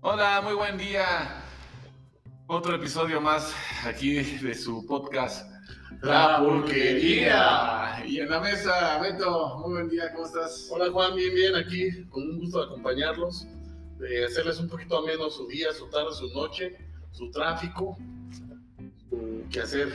Hola, muy buen día. Otro episodio más aquí de su podcast La Pulquería. Y en la mesa, Beto, muy buen día, ¿cómo estás? Hola Juan, bien, bien aquí, con un gusto de acompañarlos, de hacerles un poquito ameno su día, su tarde, su noche, su tráfico, su quehacer.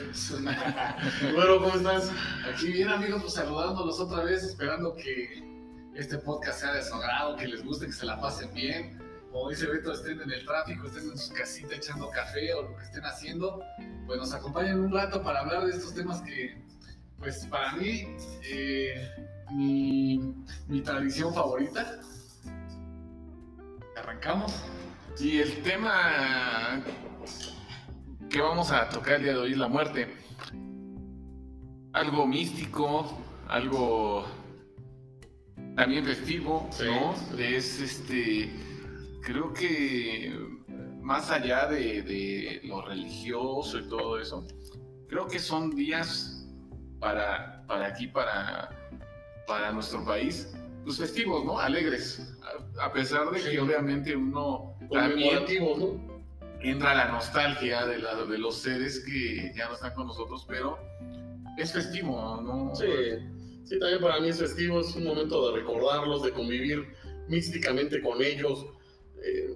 Bueno, ¿cómo estás? Aquí bien, amigos, pues saludándolos otra vez, esperando que este podcast sea de su agrado, que les guste, que se la pasen bien. Como dice Beto, estén en el tráfico, estén en su casita echando café o lo que estén haciendo, pues nos acompañen un rato para hablar de estos temas que, pues para mí, eh, mi, mi tradición favorita. Arrancamos. Y el tema que vamos a tocar el día de hoy es la muerte. Algo místico, algo también festivo, Sí. ¿no? Es este, creo que más allá de, de lo religioso y todo eso, creo que son días para, para aquí, para, para nuestro país, pues festivos, ¿no? Alegres. A, a pesar de Sí. que obviamente uno también Conmemorativos, ¿no? entra la nostalgia de, la- de los seres que ya no están con nosotros, pero es festivo, ¿no? Sí, sí, también para mí es festivo, es un momento de recordarlos, de convivir místicamente con ellos, eh,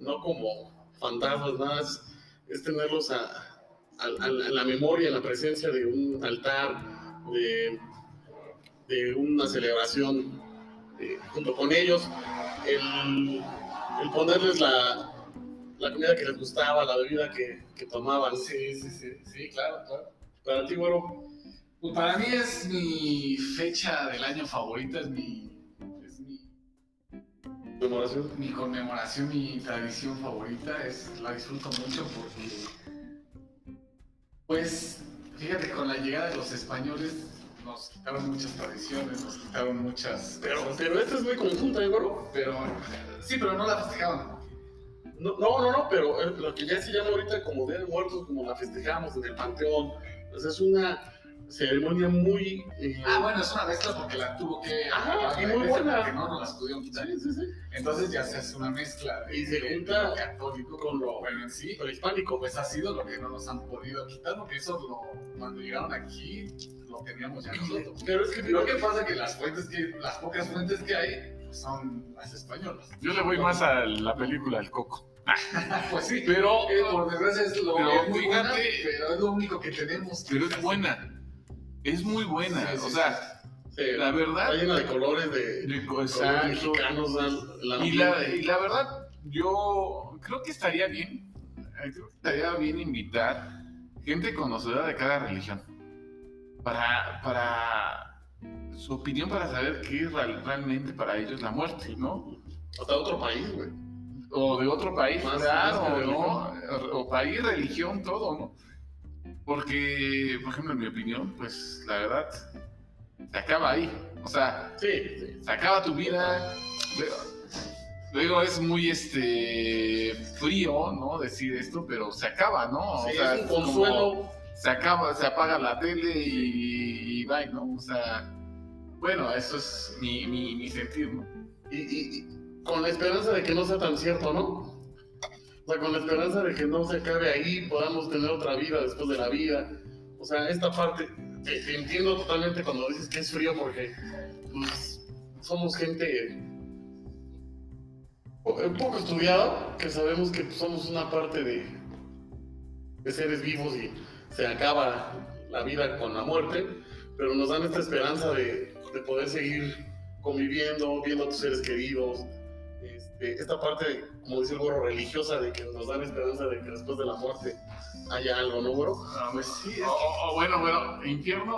no como fantasmas, nada, es, es tenerlos a, a- a la a la memoria, en la presencia de un altar, de, de una celebración eh, junto con ellos, el, el ponerles la, la comida que les gustaba, la bebida que, que tomaban. sí, sí, sí, sí, claro, claro. Para ti, güero, Pues para mí es mi fecha del año favorita, es mi, es mi, conmemoración. mi conmemoración, mi tradición favorita, es, la disfruto mucho porque, pues, fíjate, con la llegada de los españoles nos quitaron muchas tradiciones, nos quitaron muchas... Pero, cosas, pero esta es muy conjunta, ¿eh, güero. pero sí, pero no la festejaban. No, no, no, no, pero eh, lo que ya se llama ahorita como Día de Muertos, como la festejamos en el Panteón, pues es una ceremonia muy... eh, Ah, bueno, es una mezcla porque la tuvo que Ajá, agarrar la y muy iglesia buena. porque no nos las pudieron quitar. sí, sí, sí, Entonces ya se hace una mezcla de, Y se de junta lo católico con lo bueno en sí. prehispánico. Pues ha sido lo que no nos han podido quitar porque eso lo- cuando llegaron aquí lo teníamos ya nosotros. Pero es que Lo creo que que... pasa que las fuentes que las pocas fuentes que hay pues, son las españolas. Yo le voy más a la película El Coco. pues sí, Pero, eh, por desgracia es lo pero es muy buena, fíjate- pero es lo único que tenemos. Pero es buena. Es muy buena. Sí, sí, o sí. sea, se- la está verdad. llena de colores de... de de- colores exacto. mexicanos, la, Y la, y la verdad, yo creo que estaría bien. eh, Creo que estaría bien invitar gente conocedora de cada religión. Para, para su opinión, para saber qué es real- realmente para ellos la muerte, ¿no? Hasta otro país, güey. o de otro país, Más- claro, más que ¿no? O país, religión, todo, ¿no? Porque, por ejemplo, en mi opinión, pues la verdad, se acaba ahí. O sea, Sí, sí. se acaba tu vida. Luego, luego es muy este frío, ¿no? Decir esto, pero se acaba, ¿no? O Sí, sea, es un como- consuelo. se acaba, se apaga la tele y, y bye, ¿no? O sea, bueno, eso es mi, mi, mi sentir, ¿no? Y, y- y con la esperanza de que no sea tan cierto, ¿no? O sea, con la esperanza de que no se acabe ahí, podamos tener otra vida después de la vida. O sea, esta parte, te, te entiendo totalmente cuando dices que es frío porque pues, somos gente po- un poco estudiada, que sabemos que pues, somos una parte de, de seres vivos y se acaba la vida con la muerte, pero nos dan esta esperanza de, de poder seguir conviviendo, viendo a tus seres queridos. Este, esta parte, como dice el gorro, religiosa, de que nos dan esperanza de que después de la muerte haya algo, ¿no, gorro? Ah, pues sí, es- O, o- o bueno, bueno, infierno,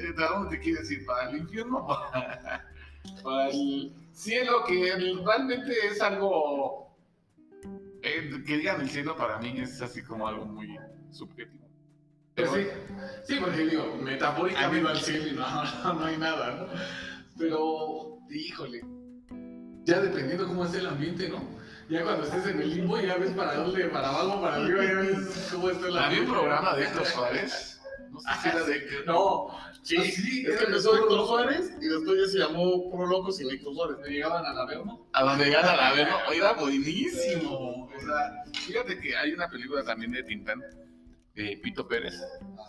eh, ¿de dónde te quieres ir? ¿Para el infierno? Para el cielo, que realmente es algo. eh, que digan el cielo para mí es así como algo muy subjetivo. Pues Pero sí, sí, porque digo, metafóricamente Arriba al cielo y no, no, no hay nada, ¿no? Pero, híjole, ya dependiendo cómo es el ambiente, ¿no? Ya cuando estés en el limbo, ya ves para dónde, para abajo, para arriba, ya ves cómo está el había un ambiente. programa de Héctor Suárez, No sé Ah, si era de. sí. No, Sí, Ah, sí, es era que de empezó Puro Héctor Loco. Suárez y después ya se llamó Puro Loco sin Héctor Suárez. cuando llegaban al Averno. A donde gana la verga, era buenísimo. Sí. O sea, fíjate que hay una película también de Tintán, de Pito Pérez,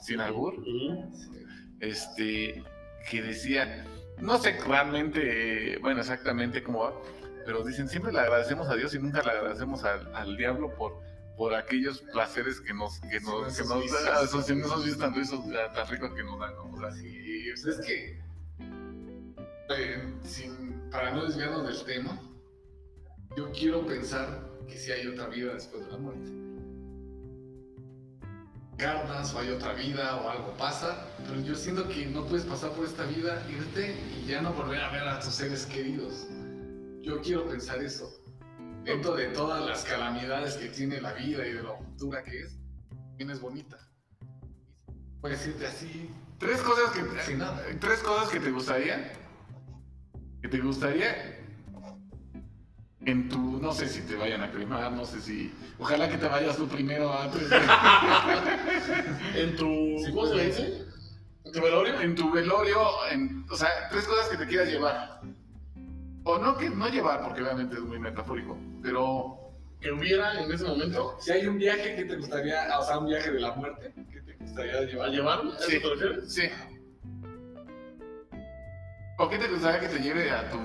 sin albur, este, que decía, no sé realmente, bueno, exactamente cómo va, pero dicen, siempre le agradecemos a Dios y nunca le agradecemos al, al diablo por, por aquellos placeres que nos, que nos, que esos nos vicios. da, esos, esos vicios tan, ricos, tan ricos que nos dan, ¿no? O sea, Sí, pues es que. eh, sin- para no desviarnos del tema, yo quiero pensar que sí hay otra vida después de la muerte. Carnas o hay otra vida o algo pasa, pero yo siento que no puedes pasar por esta vida, irte y ya no volver a ver a tus seres queridos. Yo quiero pensar eso. Dentro de todas las calamidades que tiene la vida y de lo dura que es, bien es bonita. Puedes irte así, Pues, Tres cosas que eh, Sin nada. tres cosas que te gustaría que te gustaría en tu no sé si te vayan a cremar, no sé si ojalá que te vayas tú primero antes de- En tu. Sí, ¿Cómo se le pues. dice? en tu velorio, en tu velorio, en- o sea, tres cosas que te quieras llevar. O no que no llevar porque obviamente es muy metafórico, pero Que hubiera en ese momento Si hay un viaje que te gustaría, o sea, un viaje de la muerte, que te gustaría a llevar. llevar, ¿a Sí. eso te refieres? sí. ¿O qué te gustaría que te lleve a tu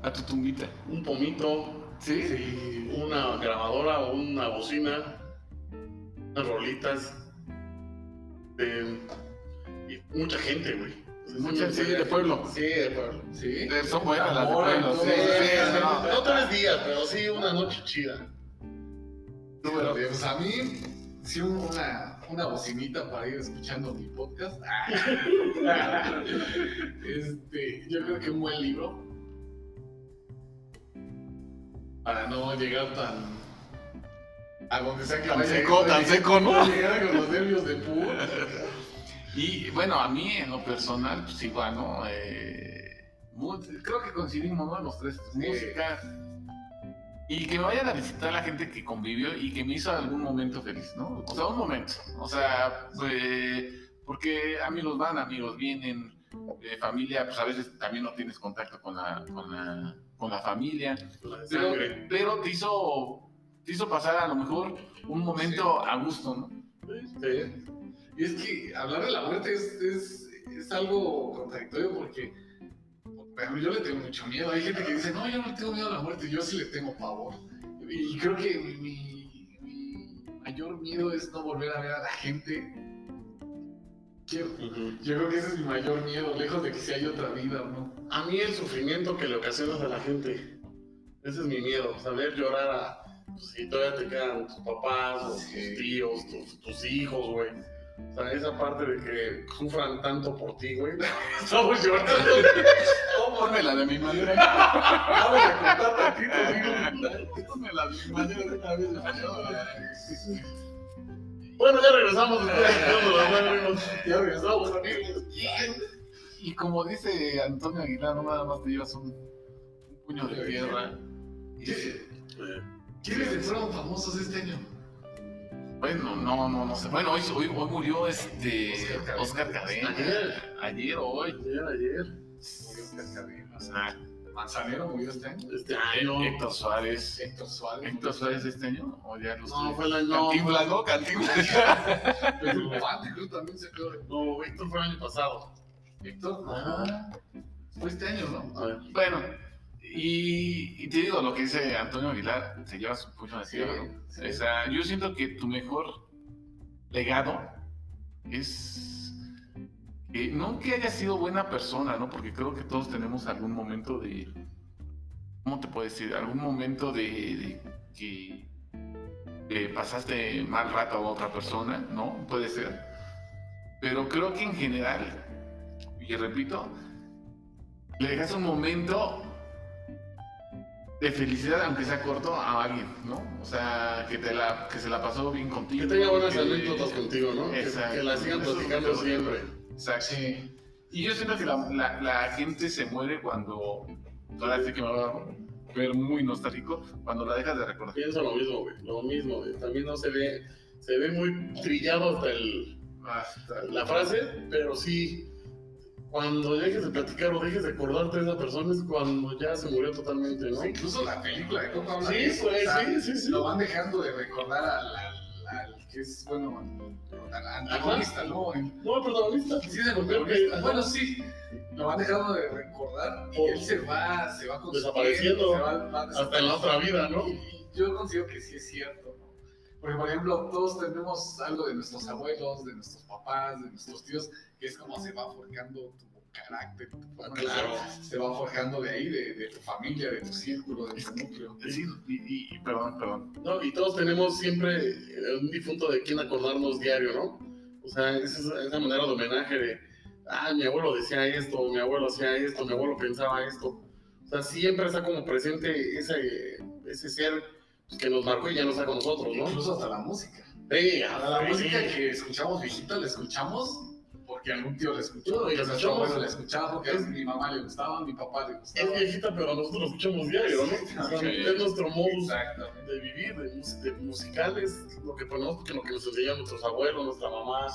a tu tumbita? Un pomito, ¿Sí? Sí. una grabadora o una bocina, unas rolitas. eh, y mucha gente, güey. Mucha sí, gente de pueblo. Sí, de pueblo. Sí. Eh, Son buenas las de Ahora, pueblo, sí, entonces, sí, eh, no. no tres días, pero sí una noche chida. Número 10. Pues a mí, sí, un- una, una bocinita para ir escuchando mi podcast. este, yo creo que un buen libro. Para no llegar tan. a donde sea que Tan vaya. eh, seco, tan seco, ¿no? Llegar con los nervios de pu. Y bueno, a mí en lo personal, pues igual, ¿no? Eh, mu- creo que coincidimos, ¿no? Los tres, música. Y que me vayan a visitar la gente que convivió y que me hizo algún momento feliz, ¿no? O sea, un momento. O sea, eh, porque amigos van, amigos vienen, eh, familia, pues a veces también no tienes contacto con la, con la, con la familia. La Pero, sangre. pero te hizo te hizo pasar a lo mejor un momento a gusto, ¿no? Sí. Y es que hablar de la muerte es, es, es algo contradictorio porque pero yo le tengo mucho miedo. Hay gente que dice, no, yo no le tengo miedo a la muerte, yo sí le tengo pavor. Y creo que mi, mi- mi mayor miedo es no volver a ver a la gente. Quiero- Ujú. Yo creo que ese es mi mayor miedo, lejos de que si hay otra vida o no. A mí el sufrimiento que le ocasionas a la gente, ese es mi miedo, saber llorar a, pues, si todavía te quedan tus papás, o Sí. tus tíos, tus, tus hijos, güey. O sea, esa parte de que sufran tanto por ti, güey. Estamos llorando. Ponme la de mi manera. Vamos a contar tantito, digo. Ponme la de mi manera de una vez. Bueno, ya regresamos. amigos. Ya regresamos, amigos. Y, y como dice Antonio Aguilar, no nada más te llevas un, un puño de tierra. Y, ¿Quiénes se fueron famosos este año? bueno, no, no, no sé. Bueno, hoy, hoy, hoy murió este Oscar Cadena. Oscar Cadena. Ayer, Ayer o hoy. ayer, ayer. Murió Oscar Cadena. Ah, Manzanero murió este año. Este año. Héctor Suárez. Héctor Suárez. Héctor Suárez este año o ya los No, fue el año. Cantinflas, ¿no? Cantinflas. Pero Infante creo también se quedó. No, Víctor fue el año pasado. Héctor, Ah. fue este año, ¿no? A ver. Bueno, y, y te digo, lo que dice Antonio Aguilar, se lleva su puño de tierra, ¿no? sí. O sea, yo siento que tu mejor legado es que no que hayas sido buena persona, ¿no? Porque creo que todos tenemos algún momento de. ¿Cómo te puedo decir? Algún momento de, de que eh, pasaste mal rato a otra persona, ¿no? Puede ser. Pero creo que en general, y repito, le dejas un momento de felicidad, aunque sea corto, a alguien, ¿no? O sea, que, te la, que se la pasó bien contigo. Que tenga buenas que- anécdotas contigo, ¿no? Que, Exacto. que la sigan Eso es platicando lo que- siempre. Exacto. Y yo siento que la, la- la gente se muere cuando. Ahora sí que me va a ver muy nostálgico cuando la dejas de recordar. Pienso lo mismo, güey. Lo mismo, güey. También no se ve. Se ve muy trillado hasta el. Hasta la frase, pero sí, cuando dejes de platicar o dejes de acordarte de esa persona es cuando ya se murió totalmente, ¿no? Sí, Incluso la película de Coco habla de Sí, eso, pues, o sea, sí, sí, sí. Lo van dejando de recordar al, al- al que es, bueno, al- al antagonista, ¿no? El- No, el protagonista. Sí, es el protagonista. Bueno, sí, lo van dejando de recordar y Por- él se va, se va consiguiendo, Desapareciendo. se va- va Hasta en la otra vida, ¿no? Y yo considero que sí es cierto, ¿no? Porque, por ejemplo, todos tenemos algo de nuestros abuelos, de nuestros papás, de nuestros tíos, que es como se va forjando tu carácter, tu forma de ser. Ah, Claro. se va forjando de ahí, de, de tu familia, de tu círculo, de tu núcleo. Sí, y, y- y perdón, perdón. No, y todos tenemos siempre eh, un difunto de quien acordarnos diario, ¿no? O sea, es esa, esa manera de homenaje de, ah, mi abuelo decía esto, mi abuelo hacía esto, mi abuelo pensaba esto. O sea, siempre está como presente ese, ese ser pues, que nos marcó y ya no está con nosotros, ¿no? Incluso hasta la música. Sí, Hasta la música que escuchamos viejita, la escuchamos porque algún tío la escuchó, No, y porque la nuestro abuelo escuchamos. la escuchaba, porque a mi mamá le gustaba, a mi papá le es gustaba. viejita, pero nosotros lo escuchamos diario, ¿no? O sea, Sí. es nuestro modus Exactamente. de vivir, de, mus- de musicales, lo que ponemos, que lo que nos enseñan nuestros abuelos, nuestra mamá,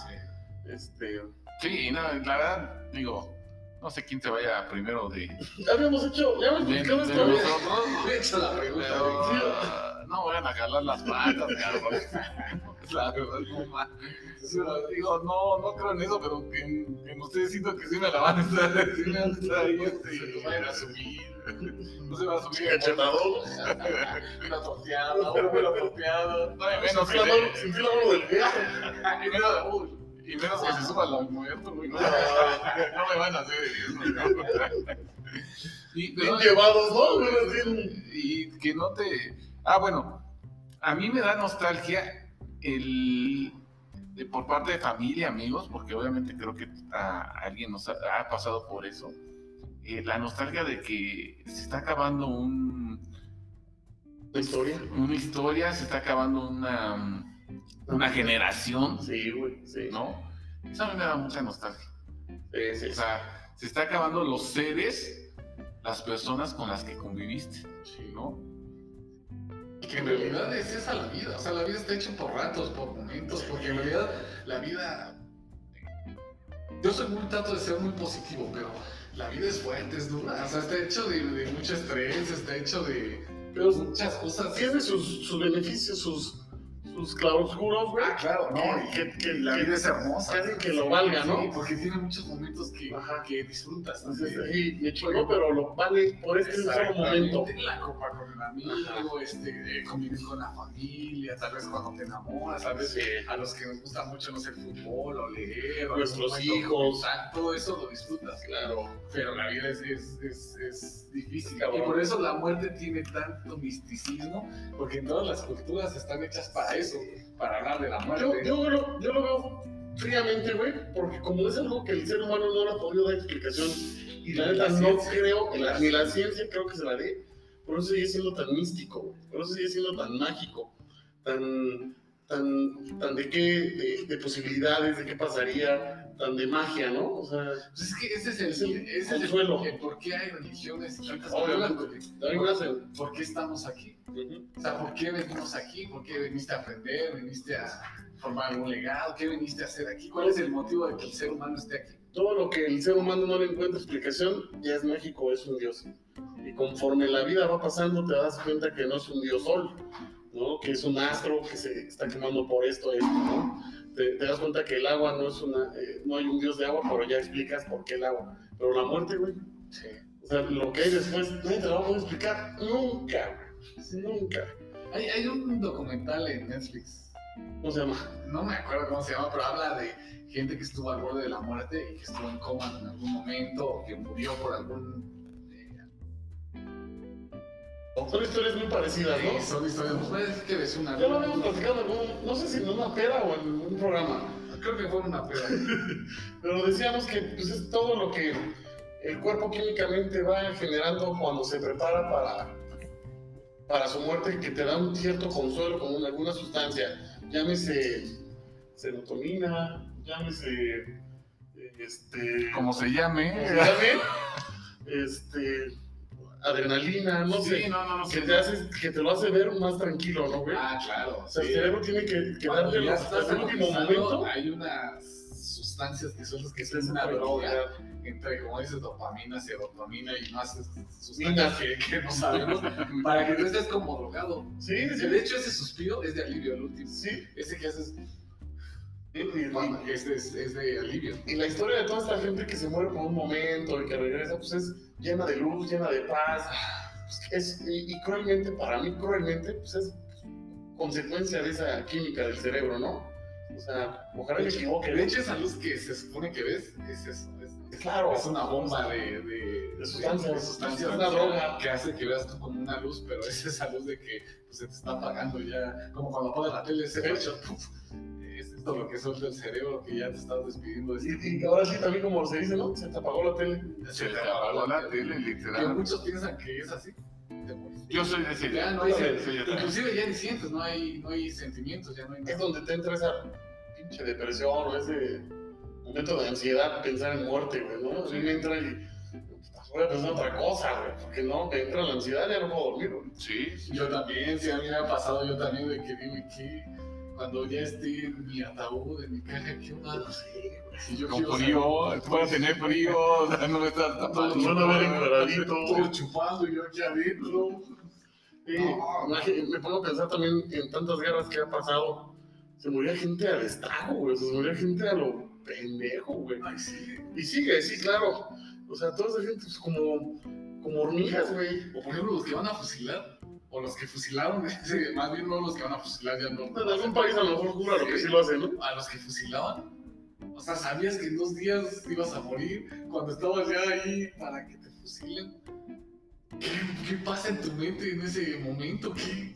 este, Sí, no, la verdad, digo, no sé quién se vaya primero de, habíamos hecho, ya hemos de- platicado de esto, ¿no? nosotros, De hecho, la pero pregunta. ah, no vayan a jalar las patas, cabrón. Es La verdad, no mames. Digo, no, no creo en eso, pero que en, en ustedes siento que sí me la van a estar, sí me van a estar ahí, este, Sí, no vayan a subir. No se va a subir. Cachetadón. Una torteada, un vuelo torteado. No, y menos Sentí que la mano- se- sentí la mano del gato. y menos- y menos que se suba la muerto, güey. No, no me van a hacer eso, cabrón. Y, pero- Bien llevados, ¿no? Bueno, bien- y que no te. Ah, bueno, a mí me da nostalgia el. de- por parte de familia, amigos, porque obviamente creo que a alguien nos ha, ha pasado por eso. eh, la nostalgia de que se está acabando un, La historia. una historia, se está acabando una, mm, una generación, Sí, güey. Sí. ¿no? Eso a mí me da mucha nostalgia. Sí, sí, O sea, se está acabando los seres, las personas con las que conviviste, sí. ¿no? Que en realidad es esa la vida. O sea, la vida está hecha por ratos, por momentos, porque en realidad la vida. Yo soy muy trato de ser muy positivo, pero la vida es fuerte, es dura. O sea, está hecho de, de mucho estrés, está hecho de Pero muchas cosas. tiene sus, sus beneficios, sus, sus claroscuros, güey. Ah, claro, no. y Que, que, que, la vida que- es hermosa. casi que lo valga, ¿no? Sí, porque tiene muchos momentos que, Ajá. que disfrutas. ¿no? Entonces, sí, me chingó, pero lo vale por este solo momento. La copa con el amigo, este, eh, convivir con la familia, tal vez cuando te enamoras, tal vez Sí. a los que nos gusta mucho, no sé, el fútbol o leer, o Nuestros algún momento hijos. documental, todo eso lo disfrutas, Claro. pero la vida es, es, es, es difícil. Cabrón. Y por eso la muerte tiene tanto misticismo, porque en todas las culturas están hechas para eso, para hablar de la Yo, muerte. yo, lo, yo lo veo fríamente, güey, porque como es algo que el ser humano no le ha podido dar explicación, y la neta no ciencia. creo, que la- ni la ciencia creo que se la dé, por eso sigue siendo tan místico, güey, por eso sigue siendo tan mágico, tan, tan, tan de qué, de, de posibilidades, de qué pasaría, tan de magia, ¿no? O sea, Pues es que ese es el, Es el ese es el, consuelo. el por qué hay religiones y tantas Obviamente. culturas, de alguna se- porque- ¿Por qué estamos aquí? Ujú. O sea, ¿por qué venimos aquí? ¿Por qué viniste a aprender? ¿Viniste a formar algún legado? ¿Qué viniste a hacer aquí? ¿Cuál es el motivo de que el ser humano esté aquí? Todo lo que el ser humano no le encuentra explicación, ya es mágico, es un dios. Y conforme la vida va pasando, te das cuenta que no es un dios sol, ¿no? Que es un astro que se está quemando por esto, esto, ¿no? Te, te das cuenta que el agua no es una, eh, no hay un dios de agua, pero ya explicas por qué el agua. Pero la muerte, güey, Sí. o sea, lo que hay después, nadie te lo va a poder explicar nunca, güey. Nunca. Hay, hay un documental en Netflix, ¿Cómo se llama? no me acuerdo cómo se llama, pero habla de gente que estuvo al borde de la muerte y que estuvo en coma en algún momento o que murió por algún... eh, Son historias muy parecidas, ¿no? eh, son historias, pues, puede que ves una... Ya lo habíamos platicado en algún, no sé si en una pera o en un programa. Creo que fue una peda. Pero decíamos que pues, es todo lo que el cuerpo químicamente va generando cuando se prepara para, para su muerte, que te da un cierto consuelo con una- alguna sustancia. Llámese serotonina, llámese. eh, Este. Como se ¿cómo llame. se llame? Este. Adrenalina, no sí, sé. no, no, no sé. Que te, hace, que te lo hace ver más tranquilo, ¿no, güey? Ah, claro. o sea, el sí. cerebro tiene que, que Cuando darte ya los- estás hasta el último agonizando, momento. Hay unas sustancias que son las que es son una una droga droga. entre, como dices, dopamina, serotonina y más sustancias Minas. que, que no sabemos, para que no estés como drogado. Sí, sí, De hecho, ese suspiro es de alivio al último. sí. Ese que haces Y- y- cuando- es de, es de alivio. y la historia de toda esta gente que se muere por un momento y que regresa, pues es llena de luz, llena de paz. Pues Es, y, y cruelmente, para mí, cruelmente, pues es consecuencia de esa química del cerebro, ¿no? O sea, ojalá me equivoque. De hecho, esa luz que se supone que ves es eso. Es, claro. es una bomba de, de, De sustancias. de sustancias, Es una o sea, droga. que hace que veas tú como una luz, pero es esa luz de que pues, se te está apagando ya. Como cuando apagas la tele, ese hecho, es esto lo que suelta el cerebro, que ya te estás despidiendo de este Y, y ahora sí, también como se dice, ¿no? Se te apagó la tele. Se te apagó la tele, Que literal. muchos piensan que es así. Te moriste. Yo soy de ese Ya idea. no hay, Soy de sen- esa idea. inclusive ya ni sientes, no hay, no hay sentimientos, ya no hay Es nada. donde te entra esa pinche depresión o ese momento de ansiedad, pensar en muerte, güey, ¿no? A mí me entra y puta, voy a pensar otra cosa, güey, porque no, me entra la ansiedad y ya no puedo dormir, güey. Sí, sí. Yo también, sí, a mí me ha pasado yo también de que digo, ¿y qué? Cuando ya esté en mi ataúd, en mi caja, ¿qué onda? No sé, güey, si yo Con quiero saber- frío, voy a tener frío, o sea, no me estás tapando. Me van a ver encueradito. Todo chupado y yo aquí adentro. Sí, No. imagi- me pongo a pensar también en tantas guerras que ha pasado. Se moría gente a destajo, güey, se moría gente a lo pendejo, güey. Ay, sí. Y sigue, sí, claro. O sea, toda esa gente es como, como hormigas, güey. O por ejemplo, los que van a fusilar, o los que fusilaron, ese, más bien no los que van a fusilar, ya no. En algún país a lo mejor jura lo que sí lo hace, ¿no? a los que fusilaban. O sea, sabías que en dos días te ibas a morir cuando estabas ya ahí para que te fusilen. ¿Qué, qué pasa en tu mente en ese momento? ¿Qué-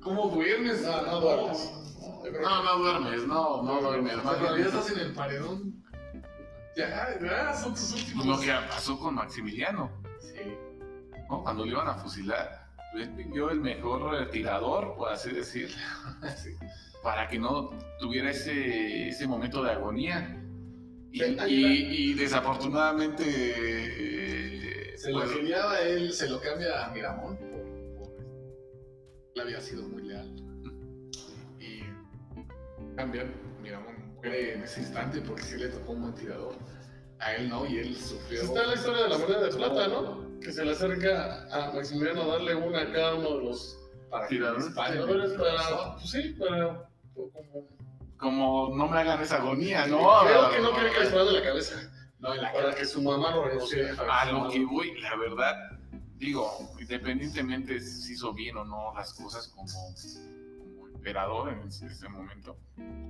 ¿Cómo duermes? No, no duermes. No, yo creo No, no duermes, no, no duermes. O sea, más cuando ya bien- estás en el paredón. Ya, ya, son tus últimos. Lo que pasó con Maximiliano. Sí. ¿no? Cuando lo iban a fusilar, él pidió el mejor tirador, por así decir, Sí. para que no tuviera ese, ese momento de agonía. Y, Sí, ahí y- y desafortunadamente, eh, Se lo pues, geniaba a él, se lo cambia a Miramón por, por- él había sido muy leal. Y cambia, Miramón muere en ese instante porque sí le tocó un buen tirador. A él no, y él sufrió. Está la historia de la moneda de plata, ¿no? Que se le acerca a Maximiliano a darle una a cada uno de los Para que Tirador. disparen en tiradores el para. corazón. Pues sí, para. como- como no me hagan esa agonía, ¿no? Creo que Ah, no quiere que le disparan en la cabeza. No, en la cara. Para que su mamá lo reconozca. A lo que voy, la verdad, digo, independientemente si hizo bien o no las cosas como, como emperador en ese, ese momento.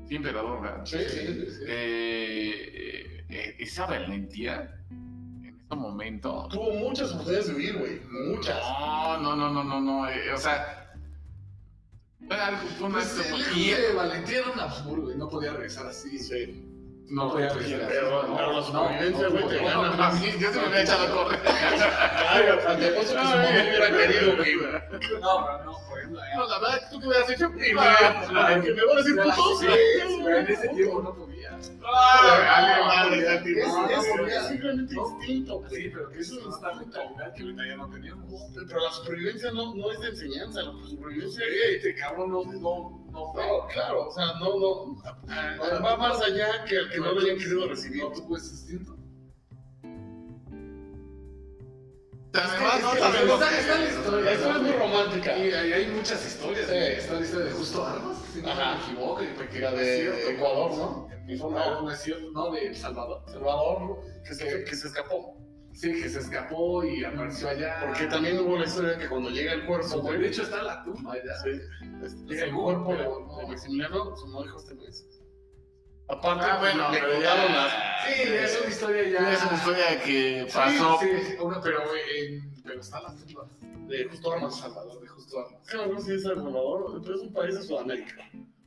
Sí, emperador, ¿verdad? Sí, sí, sí. Eh, eh, esa valentía en este momento. Tuvo muchas oportunidades de huir, güey. Muchas. No, no, no, no, no, no. eh, o sea, fue algo- fue una- Pues, él, y- eh, Valentía era un absurdo, güey, no podía regresar así. Sí. no podía Pero- respirar. Pero, pero la supervivencia, güey, te Bueno, gana pero a más. mí, yo se me había echado a correr. Claro, al negocio que su mamá hubiera querido, güey. No, pero no, por ejemplo. No, la verdad, ¿tú qué hubieras hecho? Y, güey, Ah, que me van a decir puto, Sí, pero en ese tiempo no podía. Ah, vale, vale, vale, vale. es, no, es- no, es no. simplemente instinto, Sí, güey. pero que eso es una mentalidad que ahorita ya no teníamos. Pero la supervivencia no, no es de enseñanza, la supervivencia es... Este cabrón no, no, no fue. No, claro, o sea, no, no, ah, Ahora, va más allá que el que no lo hayan querido recibir. No tuvo ese instinto. También más, no, Es que- también es más. que- está la historia. Eso es muy romántica. Y ahí hay muchas historias. Sí. ¿no? Está la historia de Justo Armas, si no Ajá. me equivoco. y Porque La no de es cierto. Ecuador, ¿no? En mi forma no, no es cierto, no, de El Salvador. Salvador, que se, que se escapó. Sí, que se escapó y apareció allá. Porque también hubo la historia que cuando llega el cuerpo, Como güey, de hecho está la tumba ya. Sí. Llega el Según, cuerpo de, pero de no. Maximiliano, su mamá dijo este mes. Aparte, Ah, bueno, le pero contaron ya- las. Sí, es una historia ya. Es una historia que Sí, pasó. Sí, una, pero, en, pero está la tumba. de justo En El armas. Salvador, de Justo Armas. Es que no sé si es El Salvador, pero es un país de Sudamérica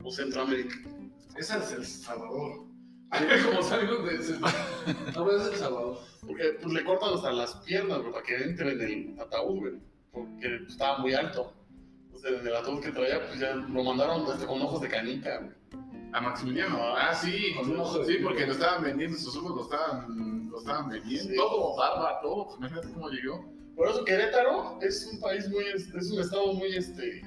o Centroamérica. Esa es El Salvador. Como salimos de ese. No, pero es El Salvador. Porque pues, le cortan hasta las piernas, güey, para que entre en el ataúd, güey, porque pues, estaba muy alto. Entonces, en el ataúd que traía, pues ya lo mandaron hasta con ojos de canica, güey. A Maximiliano. Ah, sí. Con un ojo de Sí, vidrio. porque lo estaban vendiendo, sus ojos lo estaban, lo estaban vendiendo. Sí. Todo, barba, todo. Pues Imagínate cómo llegó. Por eso Querétaro es un país muy, es es un estado muy, este,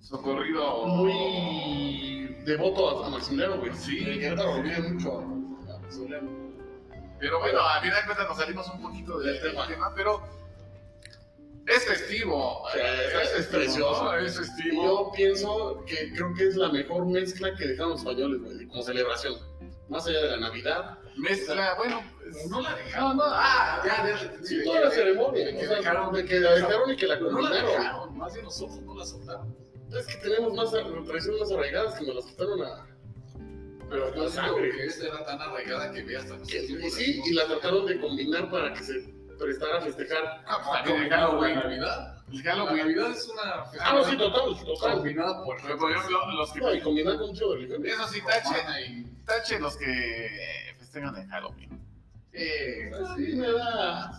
Socorrido. muy devoto a San Maximiliano, güey. Sí. En Querétaro lo vive mucho. Pero bueno, a fin de cuentas nos salimos un poquito del Del tema. tema, pero es festivo. O sea, es- es precioso. ¿no? Es Y festivo. yo pienso que creo que es la mejor mezcla que dejaron los españoles, güey, como celebración. Más allá de la Navidad. Mezcla, bueno, es- No la dejaron, no. Ah, ya, ya. Sí, toda la ceremonia. de que o sea, dejaron- de que la dejaron y que la No la culminaron. dejaron, más bien nosotros no la soltaron. Es que tenemos más ar- tradiciones más arraigadas que me las quitaron a. Pero con no sé sangre. porque esta era tan arraigada que vi hasta que- nosotros y sí, y la trataron de combinar para que se prestara a festejar. ah, pues, también También el Halloween. Halloween. Navidad. El La Halloween. Navidad es una Ah, no, sí, total, total. combinada por Pero, por ejemplo, los que. No, y combinar con mucho religiones. Eso sí, tache, romana y- tache los que festejan el Halloween. Eh, A mí sí. me da.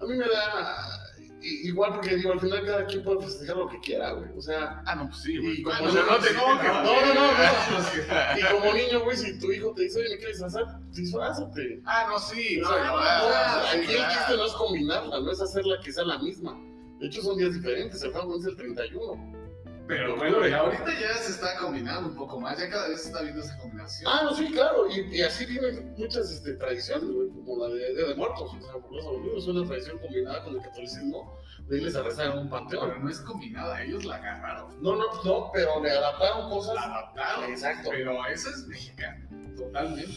A mí me da. i- Igual porque digo, al final cada quien puede festejar lo que quiera, güey. O sea, Ah, no, pues sí, Y güey. como Bueno, yo no no te te- no, no, no, no, no, no, no. y como niño, güey, si tu hijo te dice, oye, me quieres disfrazar, disfrázate. Ah, no, sí. O No, sea, no, ah, ah, sí, aquí el claro. chiste no es combinarla, no es hacerla que sea la misma. De hecho, son días diferentes. El Halloween es el 31. Pero bueno, y ahorita ya se está combinando un poco más, ya cada vez se está viendo esa combinación. Ah, no, sí, claro. Y, y así vienen muchas este, tradiciones, güey, como la de Día de Muertos. O sea, por eso digo, es una tradición combinada con el catolicismo de irles a rezar en un Pero panteón. no es combinada, ellos la agarraron, No, no, no, pero le adaptaron cosas. la adaptaron. Exacto. Ah, Pero eso es mexicano, totalmente.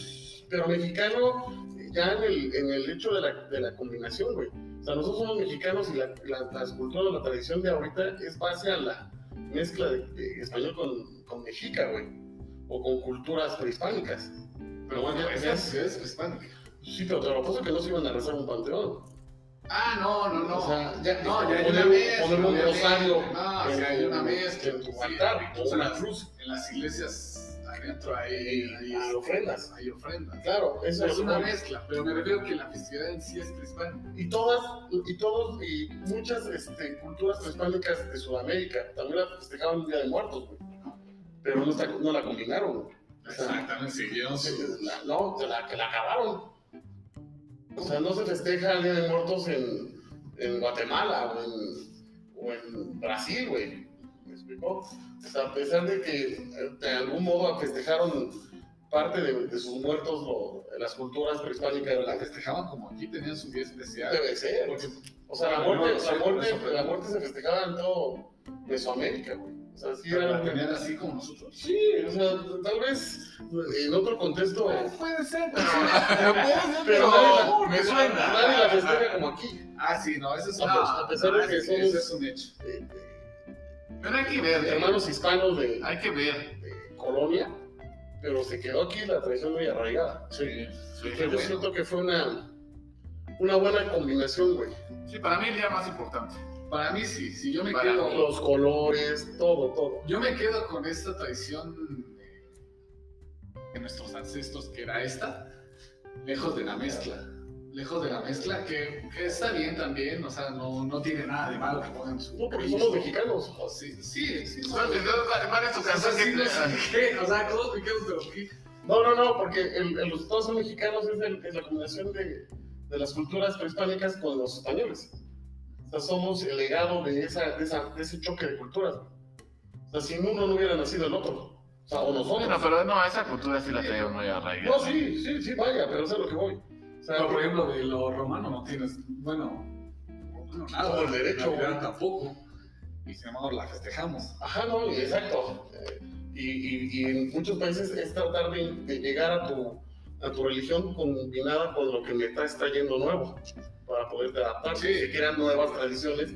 Pero mexicano, ya en el, en el hecho de la, de la combinación, güey. O sea, nosotros somos mexicanos y la, la, las culturas, la tradición de ahorita es base a la mezcla de, de español con, con mexica, güey. O con culturas prehispánicas. Pero bueno, Ya- es ya- las ciudades prehispánicas. Sí, pero te lo apuesto que no se iban a rezar un panteón. Ah, no, no, no. O sea, ya, no, ya hay poner una un- vez. poner un rosario No, o sea, hay en- una pues, vez que en tu altar, o en una las- cruz. En las iglesias adentro hay, hay, Hay ofrendas. Hay ofrendas. Claro, eso Es es Pues una mezcla, pero me refiero que la festividad en sí es prehispánica. y todas y todos y muchas este, culturas prehispánicas de Sudamérica también la festejaban el Día de Muertos, güey. Pero no, está- no la combinaron, güey. Exactamente, siguieron su- La- no, se la, que la acabaron. O sea, no se festeja el Día de Muertos en, en Guatemala o en, o en Brasil, güey. ¿Me explicó? O sea, a pesar de que eh, de algún modo festejaron parte de, de sus muertos lo- las culturas prehispánicas, La la festejaban como aquí, tenían su día especial. Debe ser. Porque- O sea, la Bueno, muerte, no sé, la, por eso, muerte, pero- la muerte se festejaba en todo Mesoamérica, güey. O sea, sí Pero era. la tenían así como nosotros. Sí, o sea, tal vez eh, en otro contexto. Pues, Puede ser, pero. Puede ser, Pero nadie la- Me suena. Nadie la festeja como aquí. Ah, sí, no, eso es No, pues, a pesar de ah, que sí, somos- eso es un hecho. Eh, Pero hay que eh, ver, hermano. hermanos hispanos de, Hay que ver. de Colonia, pero se quedó aquí la tradición muy arraigada. Sí. Sí, Que yo siento que fue una, una buena combinación, güey. Sí, para mí el día más importante. Para mí sí, sí, yo me Ah, Para quedo. mí. Los colores, todo, todo. Yo me quedo con esta tradición eh, de nuestros ancestros, que era esta, lejos de la mezcla. Lejos de la mezcla, que, que está bien también, o sea, no, no tiene nada de malo que pongan su. No, porque somos Cristo. mexicanos. O Sí, sí, sí. ¿Cuál somos- cuál es tu o sea, canción sí, no sé que- qué, o sea, todos mexicanos, pero ¿qué? No, no, no, porque el, el- los Estados Unidos mexicanos es, el- es la combinación de, de las culturas prehispánicas con los españoles. O sea, somos el legado de, esa, de, esa- de ese choque de culturas. O sea, sin uno no hubiera nacido el otro. O sea, o Bueno, nosotros. pero no, esa cultura sí la tengo muy arraigada. No, sí, sí, sí, vaya, pero eso es a lo que voy. O sea, Pero, por ejemplo, de lo romano no tienes, bueno, romano nada, Todo el derecho, Navidad güey. tampoco. Y sin embargo la festejamos. Ajá, no, exacto. Eh, Y, y- y en muchos países es tratar de, de llegar a tu, a tu religión combinada con lo que le estás trayendo nuevo para poderte adaptar. Sí. Sí. Se crean nuevas tradiciones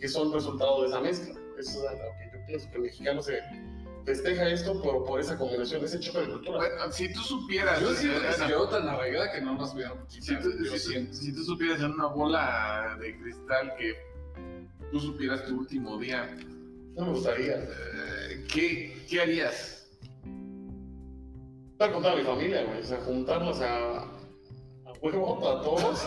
que son resultado de esa mezcla. Eso es a lo que yo pienso que el mexicano se festeja esto por, por esa combinación, ese choque de cultura. Bueno, si tú supieras. Yo siento eh, que se no. quedó tan arraigada que no nos hubieran Si quitado. tú, yo si- siento. si tú supieras en una bola de cristal que tú supieras tu último día, No me gustaría. eh, ¿qué, ¿qué harías? Estar con toda mi familia, güey. O sea, juntarlos a, a huevo, a todos.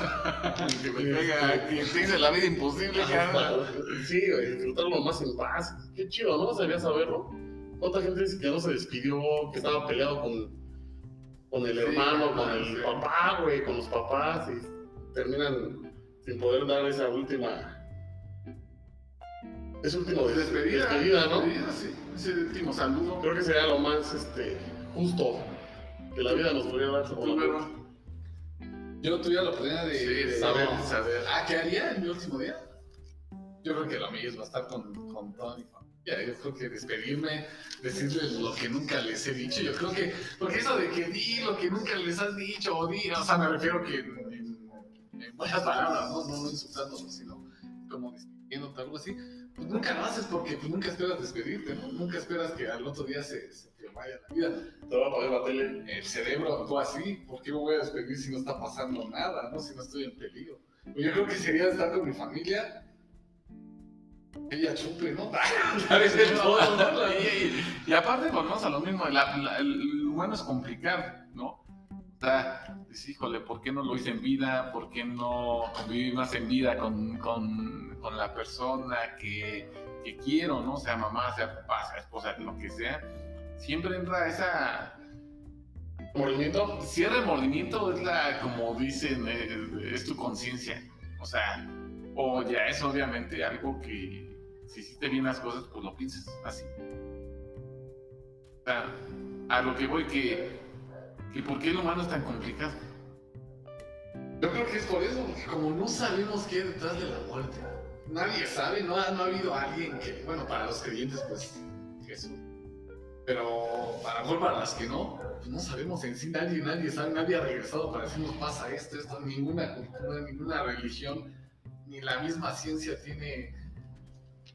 Que me pega, que Este, te hice la vida imposible, cabrón. Sí, güey, disfrutarlo más en paz. Qué chido, ¿no? Sabía saberlo. ¿Cuánta gente dice que no se despidió, que estaba peleado con, con el Sí, hermano, con claro, el sí. papá, güey, con los papás y terminan sin poder dar esa última. Ese último des- Despedida. despedida, ¿no? Despedida, sí. Ese último saludo. Creo que sería lo más este, justo que la vida nos podría dar. Tú, como- Vero. Yo no tuviera la oportunidad de, Pues Sí, de- saber, no. saber. Ah, ¿qué haría en mi último día? Yo creo que lo mío es estar con, con toda mi familia. Yo creo que despedirme, decirles lo que nunca les he dicho. Yo creo que, porque eso de que di lo que nunca les has dicho, o di, o sea, me refiero que en, en- en buenas palabras, no, no, no insultándolos, sino como despidiéndote, algo así. Pues nunca lo haces porque pues, nunca esperas despedirte, ¿no? Nunca esperas que al otro día se, se te vaya la vida Te va a apagar la tele. el cerebro actuó así, ¿por qué me voy a despedir si no está pasando nada, no? Si no estoy en peligro. Pues yo creo que sería estar con mi familia. Ella chupe, ¿no? Dar el todo, ¿no? La- Y, y aparte volvemos a lo mismo, la- la- el humano es complicado, ¿no? O sea, dices, híjole, ¿por qué no lo hice en vida? ¿Por qué no conviví más en vida con, con- con la persona que, que quiero, ¿no? Sea mamá, sea papá, sea esposa, lo que sea. Siempre entra esa, Movimiento. si el remordimiento es la, como dicen, eh, es, es tu conciencia. O sea, o ya es obviamente algo que si hiciste bien las cosas, pues lo piensas así. O sea, a lo que voy, que, que ¿por qué el humano es tan complicado? Yo creo que es por eso, porque como no sabemos qué hay detrás de la muerte, nadie sabe, no ha, no ha habido alguien que, bueno, para los creyentes, pues Jesús. Pero para lo mejor para las que no, pues no sabemos en sí, nadie, nadie sabe, nadie ha regresado para decirnos pasa esto, esto, ninguna cultura, ninguna religión, ni la misma ciencia tiene,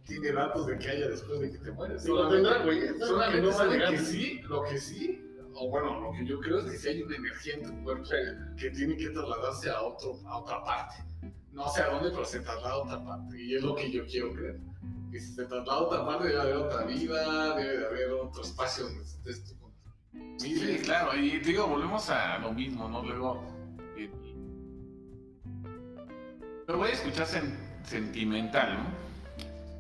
tiene datos de que haya después de que te mueres. Sí, lo tendrá, güey. Es algo Solamente que no va a saben llegar. que sí, lo que sí, o bueno, lo que yo creo es que sí hay una energía en tu cuerpo que tiene que trasladarse a, otro, a otra parte. No sé a dónde, pero se traslada a otra parte. Y es lo que yo quiero creer. Que si se traslada a otra parte, debe haber otra vida, debe de haber otro espacio donde estés tú con tu Sí, familia. claro, y digo, volvemos a lo mismo, ¿no? Luego. eh, me voy a escuchar sen- sentimental, ¿no?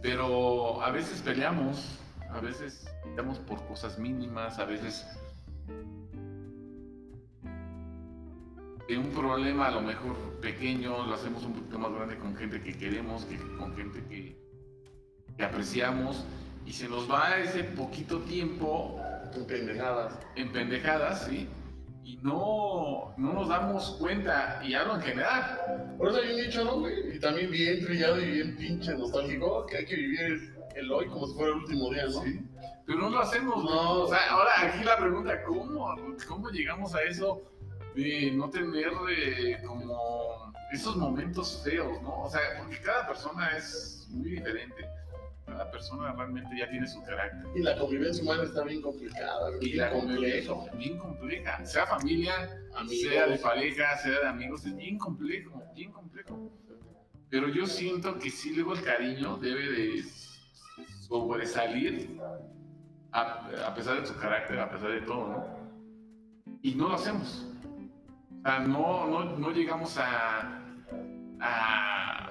Pero a veces peleamos, a veces peleamos por cosas mínimas, a veces. De un problema a lo mejor pequeño, lo hacemos un poquito más grande con gente que queremos, que, con gente que, que apreciamos, y se nos va ese poquito tiempo Pendejadas. en pendejadas, ¿sí? Y no, no nos damos cuenta, y hablo en general. Por eso hay un dicho, ¿no, güey? Y también bien trillado y bien pinche nostálgico, que hay que vivir el, el hoy como si fuera el último día, ¿no? ¿sí? Pero no lo hacemos, ¿no? No, O sea, ahora aquí la pregunta, ¿cómo, cómo llegamos a eso de no tener eh, como esos momentos feos, ¿no? O sea, porque cada persona es muy diferente. Cada persona realmente ya tiene su carácter. y la convivencia humana está bien complicada, güey, Y bien la compleja. complejo, bien compleja. Sea familia, sea de Amigos. pareja, sea de amigos, es bien complejo, bien complejo. Pero yo siento que sí, luego el cariño debe de sobresalir a, a pesar de su carácter, a pesar de todo, ¿no? Y no lo hacemos. O sea, no, no, no llegamos a, a...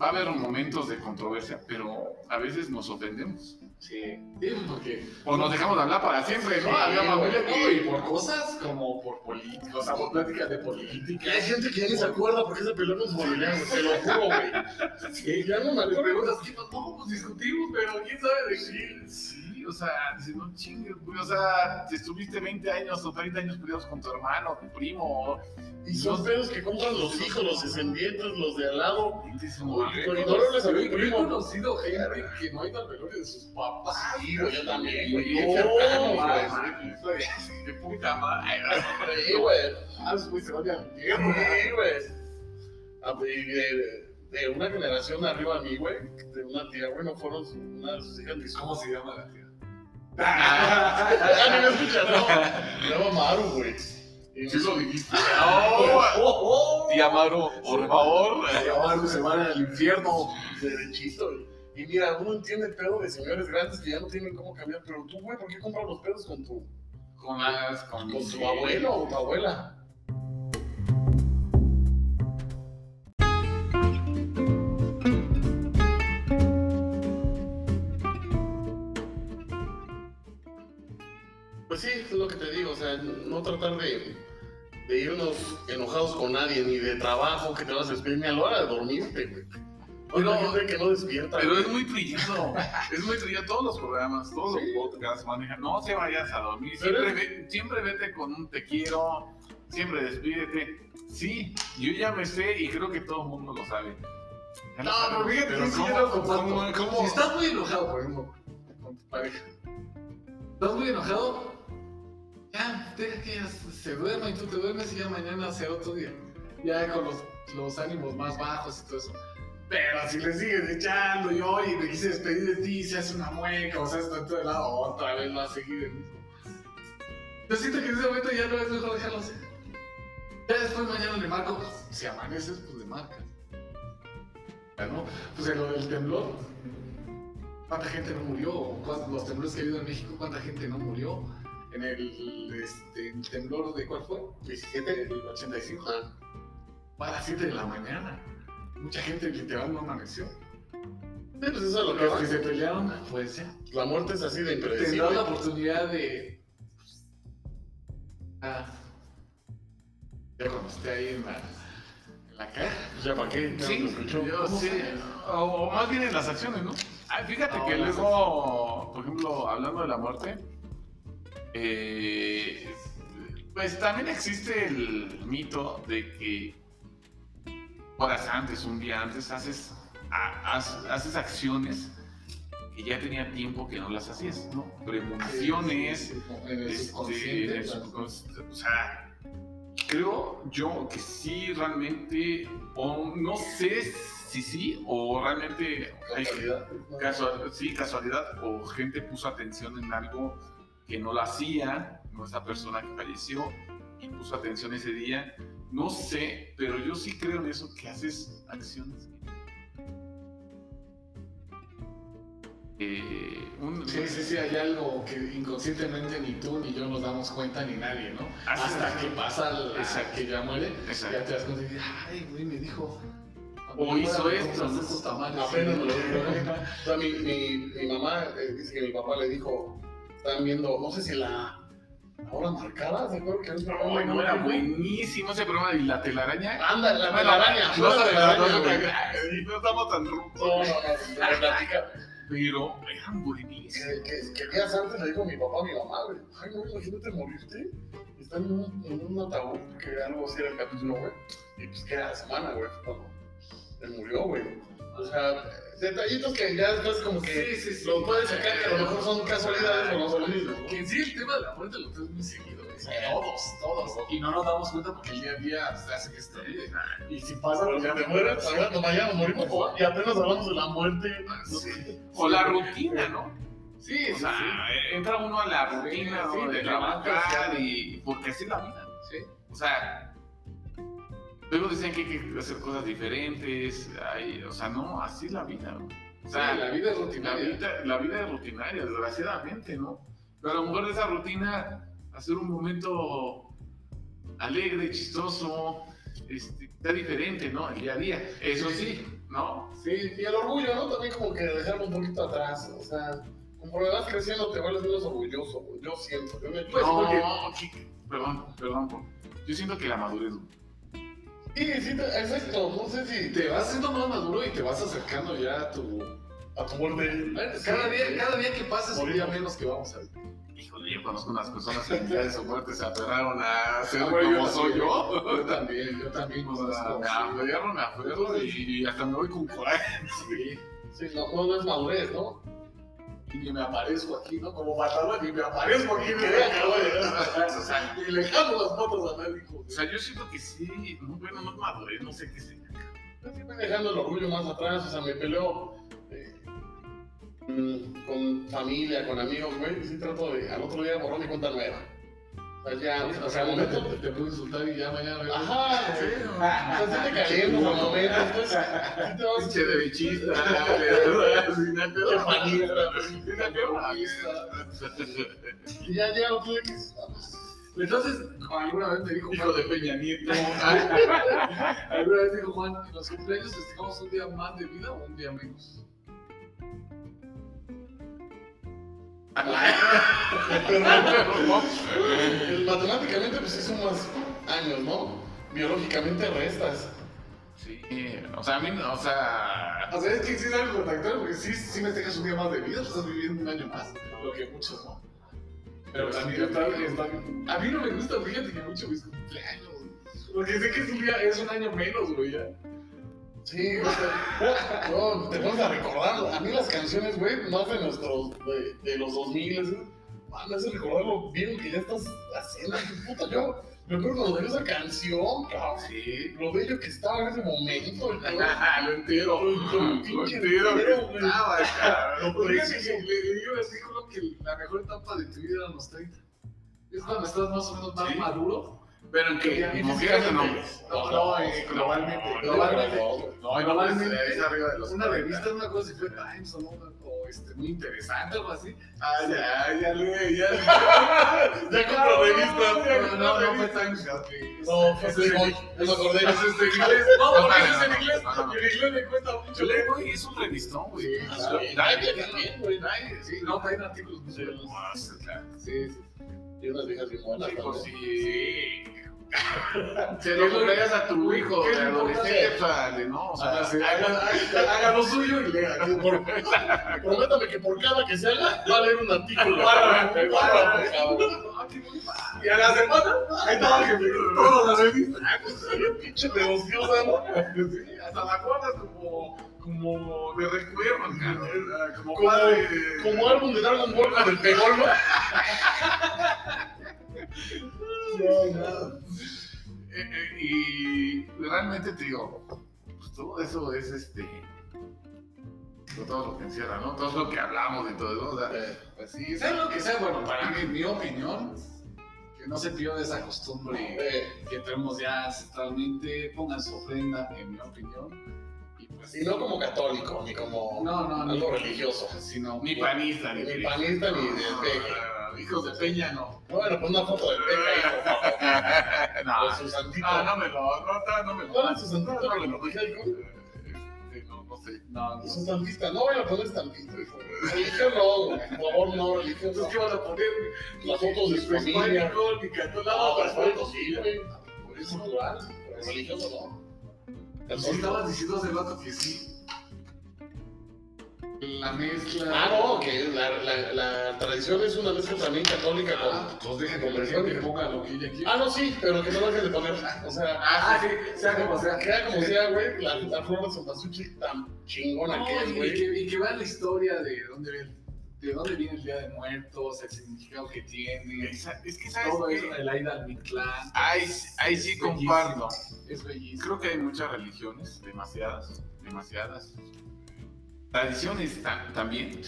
Va a haber momentos de controversia, pero a veces nos ofendemos. Sí. Sí, pues, porque. O nos dejamos de hablar para siempre, ¿no? Había familia no, y que- por cosas como por políticos, o sea, por pláticas de política. Que hay gente que ya ni se acuerda por qué se peleó con su familia, güey, te lo juro, güey. Sí, ya no me Le acuerdo. preguntas, ¿qué pasó? Pues discutimos, pero quién sabe de qué. Sí, o sea, dices, no chingues, güey, o sea, te estuviste 20 años o 30 años peleados con tu hermano, tu primo, Y son pedos que compran los hijos, los descendientes, los de al lado. y dices, no, Oye, güey, Con yo- dolores a yo- mi yo primo. He conocido gente que no ha ido al velorio de sus papás. Sí, güey, yo también, güey. Bien No, cercanos, mames, güey. qué puta madre. Sí, güey. Ah, esos güeyes se van de al Sí, güey. Ah, pues, y De, de una generación arriba a mí, güey, de una tía, güey, no fueron su- una de sus hijas ni su- ¿Cómo se llama la tía? Ah, ni me escuchas, no. Se llama Maru, güey. Y Sí lo dijiste. ¡Oh! Tía Maru, por favor. Ahora se van al infierno. derechito, güey. Y mira, uno entiende el pedo de señores grandes que ya no tienen cómo cambiar, pero tú, güey, ¿por qué compras los pedos con tu, Con las, con, con tu abuelo o tu abuela? Pues sí, es lo que te digo, o sea, no tratar de, de irnos enojados con nadie, ni de trabajo que te vas a despedir, ni a la hora de dormirte, güey. Oye, Pero- la gente que no despierta. Pero güey. es muy trillado, es muy trillado. Todos los programas, todos Sí. los podcasts manejan. No te vayas a dormir, Pero siempre, ve- siempre vete con un te quiero, siempre despídete. Sí, yo ya me sé y creo que todo el mundo lo sabe. Ya lo No, sabe. pero fíjate, Pero sí, ¿cómo- yo lo comparto. cómo- cómo- Si estás muy enojado, por ejemplo, con tu pareja, estás muy enojado, ya, deja que ella se duerma y tú te duermes y ya mañana será otro día. Ya con los, los ánimos más bajos y todo eso. Pero si le sigues echando y oye, me quise despedir de ti, se hace una mueca, o sea, está todo de lado, otra vez va a seguir el mismo. Yo siento que en ese momento ya no es mejor dejarlo así. Ya después mañana le marco, si amaneces, pues le marcas. Ya, ¿no? Pues en lo del temblor, ¿cuánta gente no murió? O cuán- Los temblores que ha habido en México, ¿cuánta gente no murió? En el, este, el temblor de cuál fue? 17. Del 85. Ajá. Fue a las 7 de la mañana. Mucha gente literal no amaneció. Sí, pues eso es lo que Los que va. se pelearon, pues ya. La muerte es así de impredecible. Tendrás la oportunidad de. pues, ah, ya cuando esté ahí en la, en la caja. Ya para qué. Ya Sí, lo escuchó. yo ¿Cómo sí. sabes? O, o más bien en las acciones, ¿no? Ah, fíjate Ah, que las luego, por ejemplo, hablando de la muerte, eh, pues también existe el mito de que horas antes, un día antes, haces, ha- haz- haces acciones que ya tenía tiempo que no las hacías, ¿no? Premoniciones, En el este, subconsciente. el subconsciente, o sea, creo yo que sí realmente, o no sé si sí, o realmente hay Casualidad. casual- sí, casualidad, o gente puso atención en algo que no la hacía, no esa persona que falleció y puso atención ese día. No sé, pero yo sí creo en eso, que haces acciones. Eh, un- Sí, sí, sí, hay algo que inconscientemente ni tú ni yo nos damos cuenta ni nadie, ¿no? haces Hasta que pasa la Exacto. que ya muere, Exacto. ya te das cuenta y dices, ay, güey, me dijo. O hizo esto, ¿no? Estos tamales, Apenas sí. me lo dijo. O sea, mi, mi, mi mamá eh, dice que mi papá le dijo, están viendo, no sé si la, la hora marcada, ¿se acuerdan? Que era un programa Ay, no, era muy- buenísimo ese programa de la telaraña. Anda, la Bueno, telaraña, no, no la no, telaraña, no, güey. no, no estamos tan No, rucos. no, no, me platica. Pero eran buenísimos. Que, que, que días antes le dijo mi papá a mi mamá, güey, ay, no, imagínate morirte. Están en un, en un ataúd, que algo así era el capítulo, güey. Y pues que era la semana, güey, fue cuando él murió, güey. O sea, detallitos que ya después como que Sí, sí, sí. lo puedes sacar, que a lo mejor son casualidades o no son mismos, ¿no? Que en sí el tema de la muerte lo tenemos muy seguido, güey. Sí. Todos, todos. Y no nos damos cuenta porque el día a día se hace que esto. ¿eh? Y si pasa, Pero pues que ya te mueras, hablando mañana morimos o- y apenas hablamos de la muerte. ¿no? O la rutina, ¿no? Sí, Ah, sí, O sea, eh, entra uno a la rutina Sí, ¿no? sí, de te levantas, trabajar ya. y. Porque así es la vida. sí. O sea, luego dicen que hay que hacer cosas diferentes. ay, o sea, no, así es la vida. güey. O Sí, sea, la vida es La rutinaria. vida, la vida es rutinaria, desgraciadamente, ¿no? Pero a lo mejor de esa rutina, hacer un momento alegre, chistoso, este, está diferente, ¿no? El día a día. Eso sí, ¿no? Sí, y el orgullo, ¿no? También como que dejarlo un poquito atrás. O sea, conforme vas creciendo te vuelves menos orgulloso. güey. Yo siento. Yo me Pues, no, porque- que- perdón, perdón. por- Yo siento que la madurez. güey. Sí, sí, te- exacto. No sé si Te vas haciendo más maduro y te vas acercando ya a tu. a tu muerte. Cada día, cada día que pasa es un día Morimos. menos que vamos a vivir. Híjole, yo conozco unas personas que en el día de su muerte se aferraron a ser Ah, bueno, como yo soy también, yo. Yo también, yo también O sea, conozco. me aferro, me aferro y, y hasta me voy con coraje. Sí, Sí, no, no, no es madurez, ¿no? y ni me aparezco aquí, ¿no? Como matador, ni me aparezco aquí, me deja, O güey. sea, Y le jalo las fotos a nadie, hijo. O sea, yo siento que sí, no, bueno, no es madurez, no sé qué sea. Yo sí voy dejando el orgullo más atrás, o sea, me peleo eh, mm, con familia, con amigos, güey, sí trato de al otro día borrón y cuenta nueva. O sea, ya, O sea, al momento... te, te puedo insultar y ya mañana. me- Ajá, sí. O sea, sí te calientas al momento, pues, sí te vas... Pinche de bichista, Qué panista, Y ya llega otro día que dices, "Ah, pues, Entonces, alguna vez me dijo Hijo de Peña Nieto. Alguna vez dijo Juan, en los cumpleaños festejamos un día más de vida o un día menos. el- Matemáticamente, pues sí sumas años, ¿no? Biológicamente restas. Sí, o sea, a mí, no, o sea, O sea, es que sí es algo contactar porque sí, sí festejas un día más de vida, pues estás viviendo un año más, lo que Pues muchos no. Pero también está, está- A mí no me gusta, fíjate que mucho mis cumpleaños, Porque sé que es un, día- es un año menos, güey. ya. Sí, o sea, no, te pones a recordar. A mí las canciones, güey, más de nuestros, de, de los 2000, man, ah, me hace recordar lo bien que ya estás haciendo. que Puta, yo recuerdo cuando salió esa canción, cabrón. Sí. Lo bello que estaba en ese momento, güey. Lo entero. Lo Ah, Lo pinche entero que entero, güey. estaba, cabrón. Lo Porque podrías le, le digo así como que la mejor etapa de tu vida eran los 30. Es cuando estás más o menos más Sí. maduro. Pero en que mujeres o no. No, no, eh, globalmente. globalmente. No, y no es arriba de los Una 40. revista, una cosa si fue Times o, no, o este, muy interesante o algo así. Ah, ya, ya, ya, ya. Ya compro revistas. No, no, no fue Times. güey. pues, No, fue Ese es el- Playboy. No me acordé. ese es de inglés. No, este, No, no, porque ese es no, en inglés. no, no. Y en inglés me cuesta mucho. Yo le digo, es un revistón, güey. claro. Nadie, nadie, güey. Nadie, sí, no, traen artículos. muy Sí. buenos. Ah, sí, claro. Sí, sí. Y unas viejas bien buenas. Chicos, también. sí. Se lo comprarías a tu hijo ¿Qué de le adolescente, chale, ¿no? O sea, Ah, sí. sí, Haga haga lo suyo y lea. Por- Prométame que por cada que se haga va a leer un artículo. Párrafo, párrafo, cabrón. Y a la semana, ahí estaba el jefe. Todos los revistas. Ah, pues, Pinche negociosa, ¿no? Sí, hasta la guardas como, como de recuerdo, ¿no? ah, como Como- padre. Como álbum de Dragon Ball con el pegol, ¿no? Eh, eh, y realmente te digo, pues todo eso es este. pues, Todo lo que encierra, ¿no? Todo es lo que hablamos y todo eso. O sea, Eh, Pues sí, sea lo que sea, bueno, para mí, mi opinión, que no se pierda esa costumbre eh, que tenemos ya ancestralmente, pongan su ofrenda, en mi opinión. Y pues, Y no como católico, ni como no, no, algo religioso. sino Ni panista, ni, Ni panista, ni de peje. Ah, Hijos de Peña, no. Bueno, pues una foto del peje ahí, por favor. no. Pues, Con su santito. Ah, no me lo, no, no, no me lo. ¿Cuál es su santito? No, no, que no, lo dije ahí, ¿no? Este, no, no sé. Eh, No, no. Es un santista. No voy a poner santito, hijo. Religión no, güey. Por favor, no, religión no. Entonces, ¿qué van a poner? Las fotos de su Pues, familia. pánico, ni canto, nada, No, para las fotos poner- sí, güey. Por eso cultural, pero religioso no. Sí, estabas diciendo hace rato que sí. La mezcla. Ah, no, que la, la, la tradición es una mezcla también católica Ah, con... pues deja que la gente ponga lo que ella quiera. Ah, no, sí, pero que no dejes de poner, o sea... Ah, sí, sea como sea. Sea como sea, güey, la, la flor de cempasúchil tan chingona No, que es, y, y güey. que, y que vean la historia de dónde, ven- de dónde viene el Día de Muertos, el significado que tiene, Esa- Es que sabes todo eso que de la ida al Mictlán. ahí, ahí sí Bellísimo. comparto. Es bellísimo. Creo que hay muchas religiones, demasiadas, demasiadas. Tradiciones ta- también.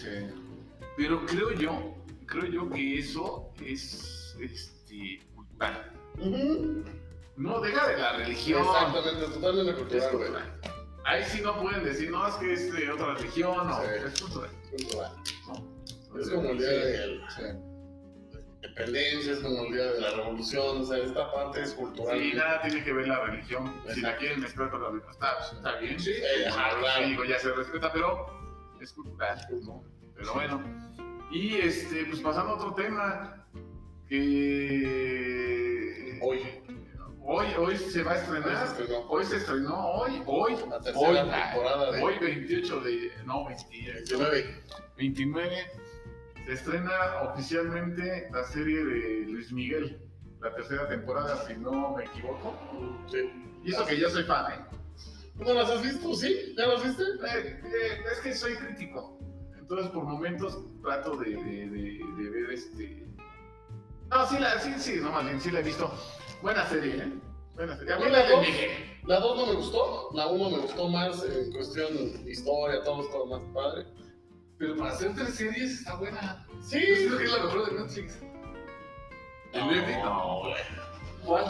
Pero creo yo, creo yo que eso es este, cultural. Ujú. No, deja de la religión. Exactamente, totalmente Es cultural, güey. cultural. Ahí sí no pueden decir, no, es que es de otra religión, no, Sí. es cultural. Cultural. Es como el día Sí. de la Sí. independencia, es como el día de la revolución, o sea, esta parte es cultural. Sí, nada tiene que ver la religión. Si la Exacto. quieren mezclar con la religión, está, está bien. Sí. Eh, ajá, Claro, claro. digo, ya se respeta, pero es cultural. ¿no? Pero bueno. Y este, pues pasando a otro tema que Hoy, hoy, hoy se va a estrenar. Hoy se estrenó. Hoy se estrenó, hoy, hoy, la hoy, tercera temporada de... hoy 28 de, no, 20, 19. 29, se estrena oficialmente la serie de Luis Miguel, la tercera temporada, si no me equivoco. Sí. Y eso que yo soy fan, ¿eh? ¿No las has visto? ¿Sí? ¿Ya las viste? Eh, eh, es que soy crítico. Entonces, por momentos trato de, de- de- de ver este. No, sí, la, sí, sí, no, más bien, sí la he visto. Buena serie, ¿eh? Buena serie. A mí ¿Y la la de dos? Miguel. La 2 no me gustó, la 1 me gustó más en cuestión historia, todo esto más padre. Pero para hacer tres series está buena. Sí, Yo creo que es la mejor de Netflix. El Lefty, no, güey. ¿Cuál?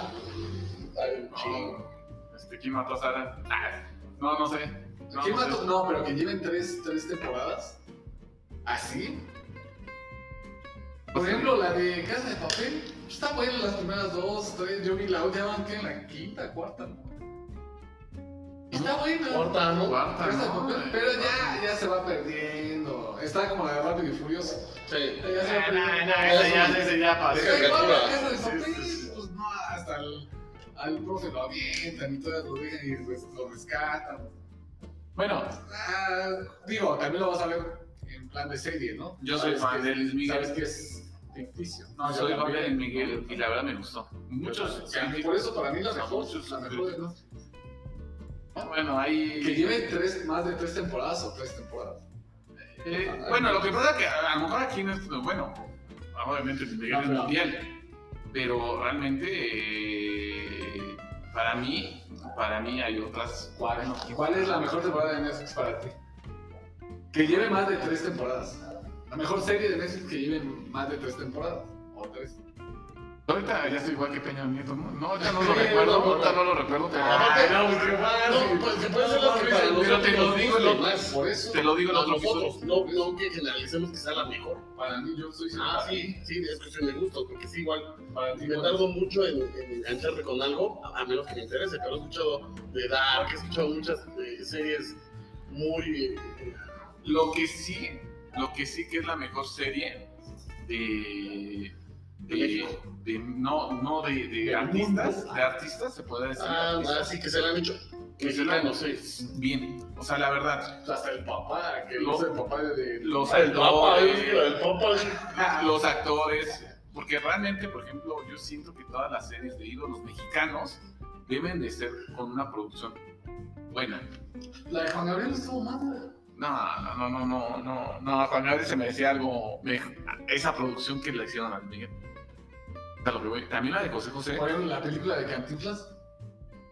Ay, chingo. No. Este, ¿Quién mató a Sara? Ah, no, no sé. No, pues ¿Quién no sé. mató? No, pero que lleven tres, tres temporadas. ¿Así? Por ejemplo, la de Casa de Papel. Está buena las primeras dos, tres. Yo vi la última, van que en la quinta, cuarta. ¿no? Está buena. Corta, ¿no? Cuarta, Casa de ¿no? Papel, Pero ya, ya se va perdiendo. Está como la de Rápido y Furioso. Sí. Ya se va Ah, no, perdiendo. no, ese ya, ese ya pasó. Deja Está igual la Casa de criatura. Papel. Sí, sí, sí. Pues no, hasta al, al profe lo avientan y todas lo dejan y pues, lo rescatan. Bueno, Ah, digo, también lo vas a ver en plan de serie, ¿no? Yo soy Sabes fan que- de Luis Miguel. Sabes que es ficticio. No, Yo soy también. Gabriel en Miguel y la verdad me gustó. O Muchos. sea, por eso para mí la mejor, muchos- la mejor de noche. Bueno, ahí. Que lleven tres, más de tres temporadas o tres temporadas. Eh, bueno, lo que pasa es que a a lo mejor aquí no es bueno, obviamente Miguel es mundial, pero realmente eh, para mí, para mí hay otras ¿Cuál, cuál es la mejor temporada de Netflix para ti? Que lleve más de tres temporadas. La mejor serie de Netflix que lleve más de tres temporadas. O tres. Ahorita ya soy igual que Peña Nieto, ¿no? No, ahorita no lo Sí, recuerdo, no, ahorita no. Ah. no lo recuerdo, pero Aparte- no, pues, qué fácil. No, pues, que puede ser las que Pero para te lo nosotros digo, nos lo- gustan más. Por eso, te lo digo en Para otro episodio. nosotros, no, no que generalicemos que sea la mejor. para mí yo soy Ah, para ti, sí, sí, es cuestión de gusto, porque sí, igual. Para Si ti, me bueno. tardo mucho en, en engancharme con algo, a a menos que me interese, pero he escuchado de Dark, he escuchado muchas eh, series muy. eh, eh, Lo que sí, lo que sí que es la mejor serie de. de, de- no, no de, de ¿De artistas, mundos? de artistas, se puede decir. ah, artistas, así que se la han hecho. que se la- Mexicanos, sí. Bien, o sea, la verdad. Hasta el papá, que Lo- no es el papá de. de- los El Papa, actores, eh, el Papa. eh. Ah, los actores, porque realmente, por ejemplo, yo siento que todas las series de ídolos mexicanos deben de ser con una producción buena. La de Juan Gabriel estuvo mala. No, no, no, no, no, no, no, Juan Gabriel se me decía algo, me- esa producción que le hicieron a Luis Miguel. O sea, lo que voy- También la de José José. Por ejemplo, la película de Cantinflas.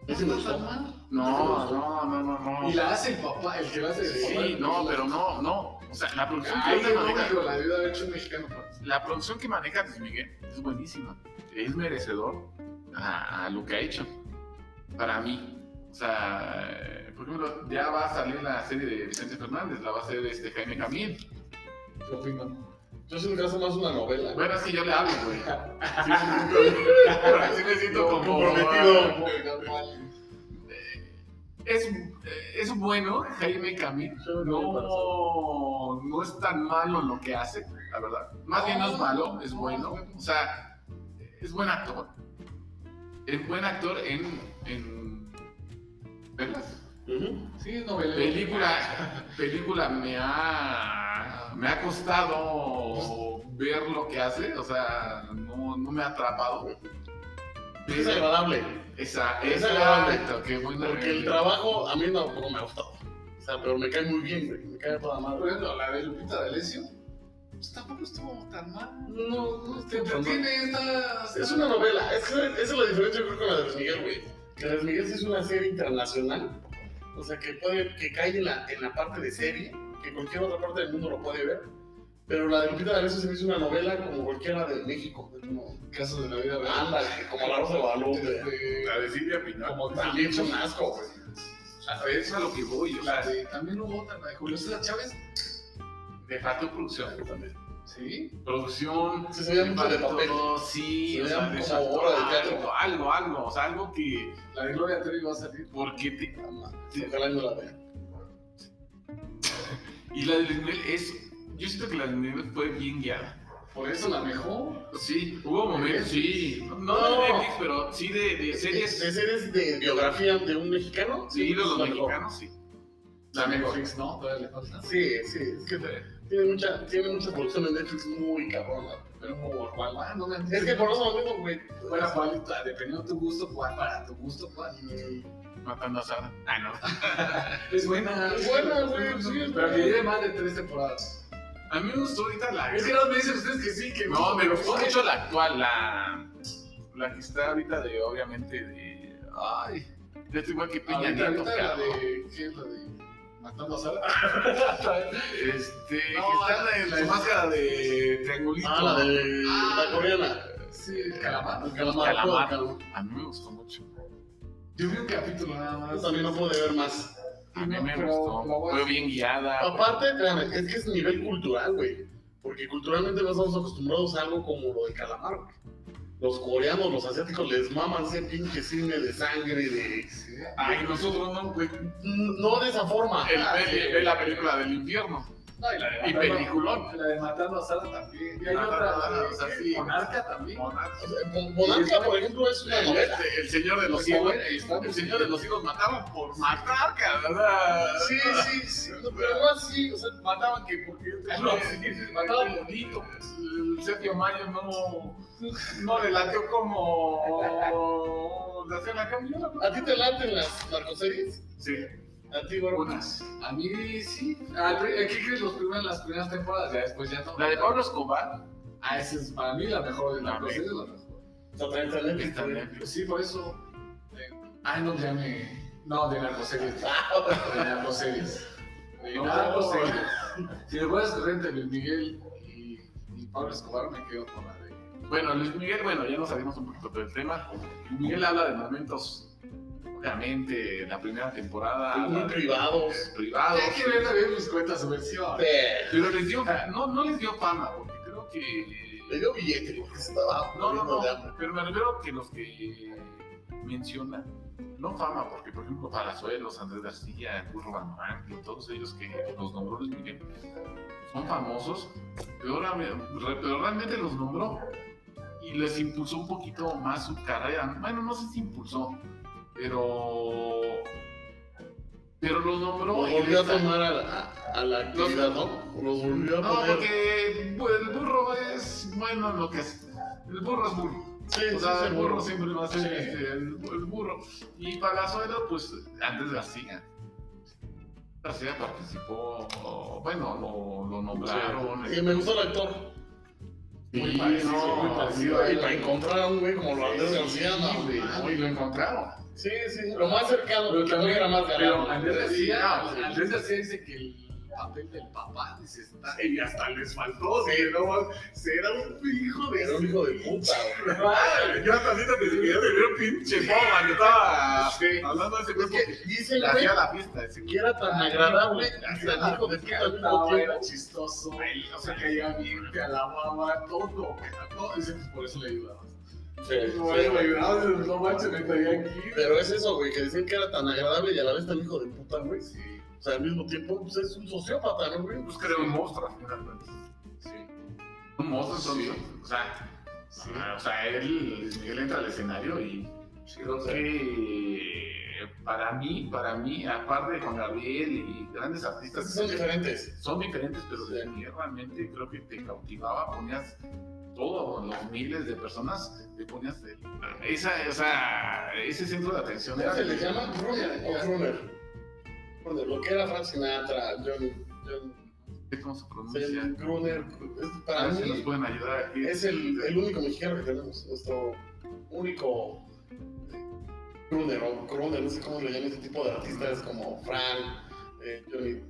Ese me está gustó. tan mal. No, no, no, no, no. Y la hace el papá, el que la hace el papá. Sí, no, pero no, no. O sea, la producción que Ahí ahorita no, maneja- pero la debe de haber hecho un mexicano. pues. la producción que maneja Luis Miguel es buenísima. Es merecedor a, a lo que ha hecho. Para mí. O sea, eh, por ejemplo, ya va a salir la serie de Vicente Fernández, la va a hacer este Jaime Camil. Yo opino. Yo soy un caso más una novela. Bueno, es que yo le hablo, güey. Sí, sí, Así me siento No, como. comprometido. Es, es bueno Jaime Camil. sí. No, no es tan malo lo que hace, la verdad. Más bien no es malo, es bueno. O sea, es buen actor. Es buen actor en. en ¿verdad? Ujú. Sí, es novela. Película, película me ha. Me ha costado ver lo que hace, o sea, no, no me ha atrapado. Es agradable. Esa, Es esa, agradable. qué buena Porque el trabajo a mí tampoco me ha gustado. O sea, pero me cae muy bien, güey. Me cae a toda Por madre. ejemplo, la de Lupita D'Alessio. Pues tampoco estuvo tan mal. No, no Te entretiene, está. Es una novela. Es que esa es la diferencia, yo creo, con la de Luis Miguel, güey. Que Luis Miguel sí es una serie internacional. O sea, que, puede, que cae en la, en la parte de serie, que cualquier otra parte del mundo lo puede ver. Pero la de Lupita D'Alessio se me hizo una novela como cualquiera de México. Como, Casos de la vida real. ándale, como la Rosa de Guadalupe. Este, La de Silvia Pinal. Como También también. es un asco, güey. Es a lo que voy, o sea, La de, también hubo otra, la de Julio César Chávez. de faltó producción. Sí. producción. Sí, se veía mucho de papel. Sí, Se o veía sea, de como factor, obra de teatro. algo, algo, algo, o sea, algo que. La de Gloria Trevi va a salir. Porque te. Sí, Ojalá y no la vean. Y la de Luis Miguel es. Yo siento que la de Luis Miguel fue bien guiada. Por eso la mejor. Sí, hubo momentos, sí. No, No. de Netflix, pero sí de, de series. De series de biografía de un mexicano. sí, de los la mejor. mexicanos, sí. La Netflix, ¿no? Todavía le falta. Sí, sí, es que tiene mucha, tiene mucha producción en Netflix muy cabrona. Pero por cuál va, no me han dicho. Es que por eso mismo, güey. Bueno, cuál, ah, dependiendo de tu gusto, cuál para tu gusto, cuál. Matando a Sara. Ah, no. Es buena. Es buena, güey, sí, es Pero buena. que lleve más de tres temporadas. A mí me gustó ahorita la. Es que no me dicen ustedes que sí, que No, me gustó mucho la actual, la. La que está ahorita de, obviamente, de. Ay. Ya estoy igual que Peña Ahorita, Nieto, ahorita la cabrón. de. ¿Qué es la de? Matando a Sara. Este, No, que está la- la, la la- máscara de triangulito. Ah, la de la coreana. Sí, el calamar. El calamar. Calamar. calamar. A mí me gustó mucho. Yo vi un capítulo nada Yo más. también no pude ver más. A mí Ah, me Pero gustó. la voy a- Fue bien guiada. Aparte, espérame, es que es nivel cultural, güey. Porque culturalmente no estamos acostumbrados a algo como lo del calamar, güey. Los coreanos, los asiáticos les maman ese pinche cine de sangre, de. Sí. Ay, nosotros no, güey. No de esa forma. El- Ah, el- sí. el- la película del infierno. No, y la de Y Matando- peliculón. La de Matando a Sara también. Y hay Matando otra, a Sara, la de- o sea, sí. Monarca también. Monarca. Bonanza, por ejemplo, es una El, novela. el señor de los Sí, hijos. güey, ahí está. El señor de los hijos mataba por matar, ¿verdad? Sí, sí, sí. Pero no así, o sea, Mataban que porque No, mataban bonito. pues. El Sergio Mayo no, no le latió como de hacer la camioneta. ¿a ti te laten las narcoseries? Sí, ¿A ti, Bárbara? unas. A mí sí. Al pri- ¿Qué crees? Los primeros, las primeras temporadas, ya después ya no. La de Pablo Escobar. Ah, esa es para mí la mejor de la La cosa, mejor. es la mejor. Está también está en Netflix, Está en güey. Netflix. Pues sí, por eso. eh, Ay, no, ya me. No, de narcoseries. De narcoseries. De Ah, No. narcoseries. Si me puedes correr entre Luis Miguel y, y Pablo Escobar, me quedo con la de. Bueno, Luis Miguel, bueno, ya nos salimos un poquito del tema. Luis Miguel habla de momentos, obviamente, la primera temporada. habla Muy de- privados. eh, privados. Hay que ver también mis cuentas subversivas. Eh, Pero les dio, no, no les dio fama, porque creo que. Le dio billete, porque se estaba No, no, muriendo de no. hambre. Pero me refiero que los que mencionan, no fama, porque por ejemplo Palazuelos, Andrés García, Curro Van Ranking, todos ellos que los nombró Luis Miguel, son famosos, pero, ahora me- re- pero realmente los nombró y les impulsó un poquito más su carrera. Bueno, no sé si impulsó, pero. Pero los nombró. Los y volvió a les- tomar a la, a- a la actividad, ¿no? Los volvió a No, poner. porque pues, el burro es bueno en lo que es. El burro es burro. Sí, O sí, sea, el seguro. burro siempre va a ser Sí. este, el, el burro. Y Palazuelo, pues antes García. García participó, bueno, lo, lo nombraron. eh, Y me gustó el actor. Sí, Muy parecido, no, muy parecido sí, a Y él. para encontrar a un güey como lo Andrés sí, García, no, güey, no, y lo encontraron. Sí, sí, lo más cercano, Pero que también era más Pero ganado. Andrés Sí, ah, García, no, sí. Andrés García dice que el papel del papá dice, está. Y hasta les faltó, sí, no, será un hijo Era un hijo de puta, güey. Yo hasta ahorita pensé que ya se vio pinche boba que estaba Sí. hablando de ese Es cuerpo. que dicen, Le güey, hacía la fiesta, ese que era tan agradable y tan hijo de puta al mismo Cantaba, era tiempo. chistoso, o sea, caía bien, te alababa, todo, todo, dice, pues, por eso le ayudabas. Por eso le ayudabas, no manches, me traía aquí. Pero es eso, güey, que decían que era tan agradable y a la vez tan hijo de puta, güey. Sí, O sea, al mismo tiempo, pues es un sociópata, ¿no, güey? Pues creo un monstruo, al final, pues. ¿no? sí, Un monstruo, entonces. Sí. O sea, sí. ah, o sea, él, Luis Miguel entra al escenario y creo que para mí, para mí, aparte de Juan Gabriel y grandes Estas artistas, son diferentes. son diferentes, pero Sí. Luis Miguel realmente creo que te cautivaba, ponías todos los miles de personas, te ponías el- esa, esa, ese centro de atención. ¿Cómo era se le Luis llama? Miguel. Runner o Runner. Runner, lo que era Frank Sinatra, John, John, ¿Cómo se pronuncia? John Gruner. es A para ver si nos mí pueden ayudar aquí. es el, el único mexicano que tenemos, nuestro único Gruner o Gruner, no sé cómo le llaman ese tipo de artistas como Frank, eh, Johnny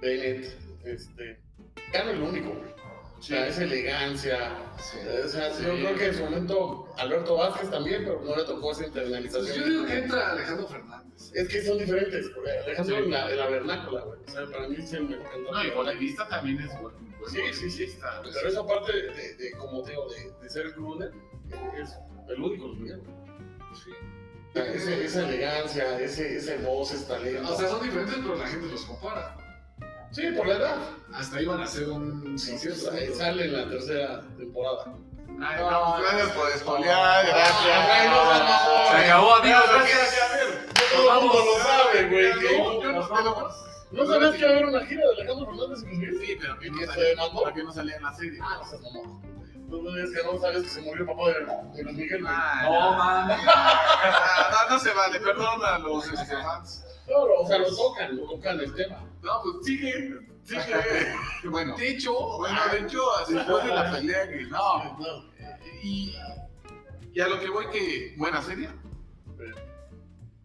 Bennett, este. Mexicano es el único, güey. O sea, esa elegancia. sí. O sea, Sí. yo creo que en su momento Alberto Vázquez también, pero no le tocó esa internalización. Pues yo digo que entra Alejandro Fernández. Es que son diferentes, porque Alejandro Sí. en la, en la vernácula, güey. O sea, para mí es el mejor cantante. No, y con la vista también es bueno. Sí, sí, sí, está. Pero esa parte de, de, de, como te digo, de, de ser Gruner, es el único Luis Miguel, güey. Sí. O sea, ese- esa elegancia, ese, ese voz, ese talento. O sea, son diferentes, pero la gente los compara. sí, por la edad. Hasta iban a hacer un Sí, concierto. sale en la tercera temporada. Ay, no, gracias Ah, por espolear, Ay, no, no, no, Se no. acabó, amigos, Gracias, gracias. Todo el mundo lo sabe, güey. que- No, yo no sé lo- ¿No sabías que va a haber una gira de Alejandro Fernández y Luis Miguel? Sí, pero que no ¿Se salía- demandó? pero que no salía en la serie. Ah, no seas mamón. Tú no dices que no sabes que se murió el papá de, de Luis Miguel. güey. Ay, No, mami. no, no se vale, perdón a los este, fans. Claro, o sea, lo tocan, lo tocan el tema. No, pues sigue, sigue. Bueno, De hecho, ah, bueno, de hecho, después de la pelea que no. Y, y a lo que voy que, buena serie.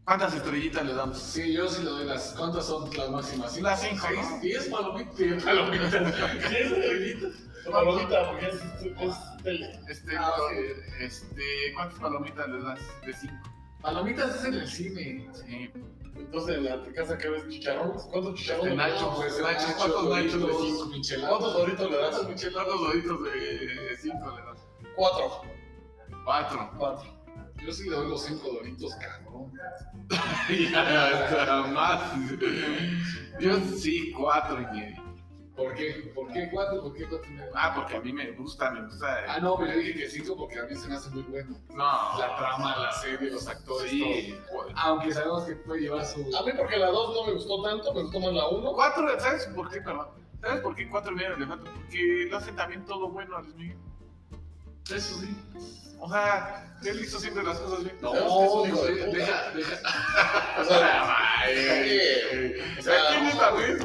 ¿Cuántas estrellitas le damos? sí, yo sí le doy las. ¿Cuántas son las máximas? ¿Cinco? Las cinco, ¿Seis? ¿no? ¿Diez palomitas? Palomita, porque es, es tele. Este, Ah, pero, sí. eh, este, ¿cuántas palomitas le das de cinco? Palomitas es en el cine. Sí. Entonces, en la casa que ves chicharrones, ¿cuántos Este, chicharrones? Nacho, pues, Nacho, ¿cuántos nachos de cinco? ¿Cuántos doritos le das? ¿Cuántos michelados doritos de cinco le das? Cuatro. Cuatro. Cuatro. Yo sí le doy los cinco doritos, cabrón. Y hasta más. Yo sí, cuatro y medio. ¿Por qué? ¿Por qué cuatro? ¿Por qué cuatro y medio? Ah, porque a mí me gusta, me gusta. el- Ah, no, pero yo dije que cinco porque a mí se me hace muy bueno. no, La trama, la serie, los actores, Sí. todo. Aunque sabemos que puede llevar su... A mí porque la 2 no me gustó tanto, me gustó más la 1. Cuatro, ¿sabes por qué? Perdón. ¿Sabes por qué cuatro y medio le falta? Porque lo hace también todo bueno a Luis Miguel. pues Eso sí. O sea, él hizo siempre las cosas bien. No, Sabemos que es un hijo de deja, puta. deja, deja. O sea, Ay, ¿Sabes quién es la vez?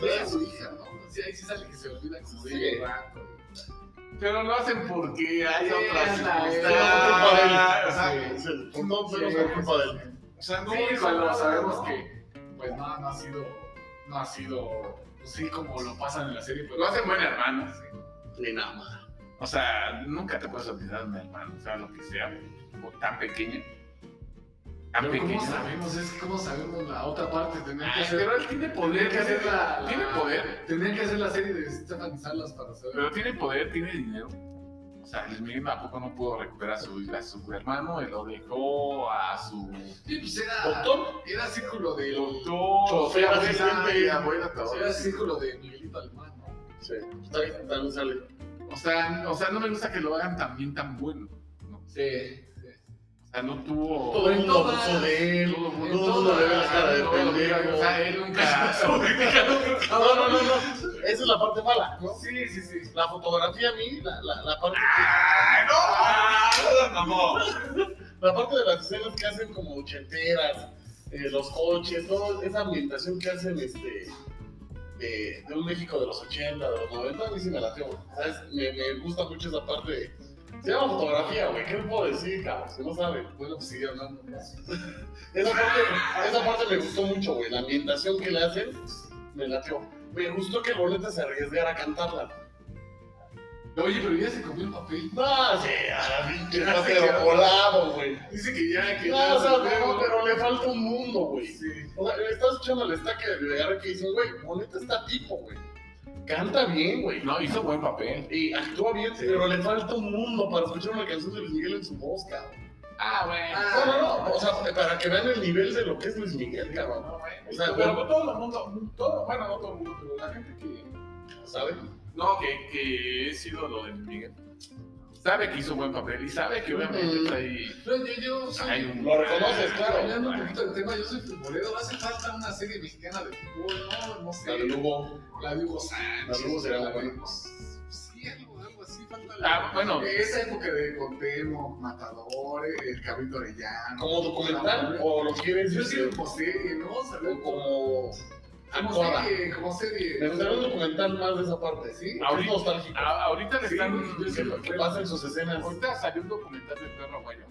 Deja a su hija, ¿no? Sí, ahí sí sale que se olvida que se Sí. sigue llevando. Pero lo hacen porque hay Sí, otras anda, circunstancias. eh. O sea, Sí. no, pero Sí. no es culpa de él. O sea, no Sí, es cuando nada, sabemos ¿no? que pues no, no ha sido, no ha sido, pues, sí como lo pasan en la serie, pero Lo hacen buen hermano. Ni nada más. O sea, nunca te puedes olvidar de un hermano, o sea, lo que sea, o tan pequeño. Tan Pero pequeño. ¿Cómo sabemos? Es que ¿cómo sabemos la otra parte? Tener que Ay, hacer, pero él tiene tener poder. que hacer la, la- Tiene poder. Tener que hacer la serie de Stephanie Salas para saber. Pero tiene poder, tiene dinero. O sea, Luis Miguel tampoco no pudo recuperar a su, a su hermano, él lo dejó a su Sí, pues era, Doctor, era círculo de... doctor, Chofer, abuela, asistente. abuela, todo. sí, Era círculo de Miguelito Alemán, ¿no? sí, también, también sale. O sea, o sea, no me gusta que lo hagan también tan bueno. ¿no? Sí. sí. O sea, no tuvo. Todo el mundo todas- abusó de él, todo el mundo- todo el mundo le ve la cara de No, no, pendejo. O sea, él nunca. No, no, no, no. Esa es la parte mala, ¿no? Sí, sí, sí. La fotografía a mí, la, la, la parte, ¡Ah, no! ¡Ah, mamón! la parte de las escenas que hacen como ochenteras, eh, los coches, toda esa ambientación que hacen este, de, de un México de los 80, de los 90, a mí sí me la tengo. ¿Sabes? Me, me gusta mucho esa parte. de- Se llama fotografía, güey. ¿Qué le puedo decir, cabrón? Si no saben. Bueno, pues sigue hablando. ¿no? Esa parte, esa parte me gustó mucho, güey. La ambientación que le hacen, me lateó. Me gustó que Loleta se arriesgara a cantarla. Oye, pero ya se comió el papel. No, sí, a la pinche está pero volado, güey. Dice que ya, que ya. No, o sea, se no, fue, pero le falta un mundo, güey. Sí. O sea, está escuchando el estaque de Vergara que dicen, güey, Loleta está tipo, güey. Canta bien, güey. No, hizo buen papel. Y actúa bien, pero le falta un mundo para escuchar una canción de Luis Miguel en su voz, cabrón. Ah, bueno. No, no, no. O sea, para que vean el nivel de lo que es Luis Miguel, cabrón. O sea, pero todo el mundo, todo, bueno, no todo el mundo, pero la gente que. ¿Sabes? No, que, que es ídolo de Luis Miguel. Sabe que hizo buen papel y sabe que obviamente Mm. está ahí. Pero yo, yo soy- Hay un- Ah, Lo reconoces, claro. Cambiando un poquito el tema, yo soy futbolero. Hace falta una serie mexicana de fútbol, ¿no? No sé. La de Lugo. La de Hugo Sánchez. La de Hugo sería la de- bueno. Sí, algo, algo así. Falta la- Ah, bueno, Esa época de Contemo, Matador, el Cabrito Orellano. ¿Como documental o lo quieres Yo decir sí como serie, ¿no? Salió o como, como como actuada? serie, como serie. Me gustaría un documental más de esa parte, ¿sí? Es Ahorita- nostálgico. a- ahorita le Sí, están. pues, yo sí lo- Que pasen sus escenas. Ahorita salió un documental del perro aguayo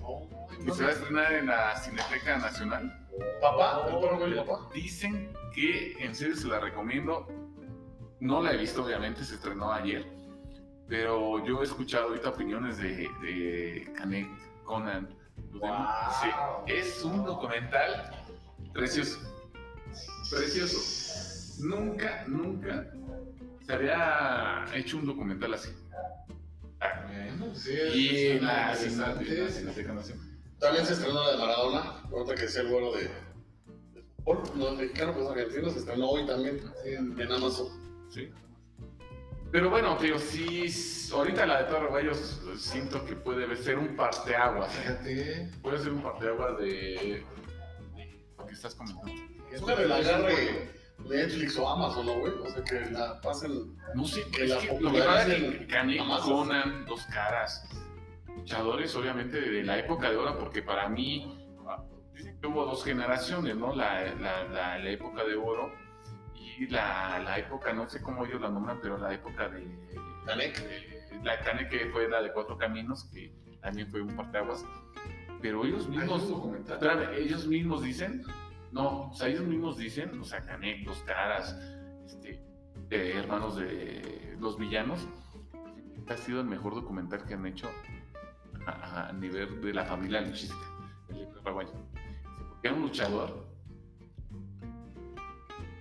Oh, que se va a estrenar en la Cineteca Nacional. Papá, el perro güey, papá. Dicen que, en serio se la recomiendo. No la he visto, obviamente, se estrenó ayer. Pero yo he escuchado ahorita opiniones de, de Canek, Conan. Ludema. Wow. Sí, es un documental precioso. Precioso. Nunca, nunca se había hecho un documental así. Bueno, sí, Y en la es Cineteca- en la interesante. Cineteca Nacional. También se estrenó la de Maradona. Ahorita que sea el vuelo de. de fútbol, No, mexicano, pues argentino se estrenó hoy también Sí, en- en Amazon. Sí. Pero bueno, tío, sí, s- ahorita la de Torre Guayos siento que puede ser un parteaguas. ¿eh? Fíjate. Puede ser un parteaguas de, de lo que estás comentando. Es una de la agarre Netflix o Amazon, ¿no, güey? O sea, que la pasen. No sé, Que es la que lo que pasa es popularicen que Canek, a masas. Conan, Dos Caras, luchadores obviamente de la época de oro, porque para mí ah, dicen que hubo dos generaciones, ¿no? La, la- la- la época de oro y la, la época, no sé cómo ellos la nombran, pero la época de Canek. Eh, la carne que fue la de Cuatro Caminos, que también fue un parteaguas. Pero ellos Hay un mismos, documental. espérame, ellos mismos dicen, no, o sea, ellos mismos dicen, o sea, Canek, Dos Caras, este, eh, hermanos de los villanos, que ha sido el mejor documental que han hecho a, a nivel de la familia luchística, el paraguayo. Porque era un luchador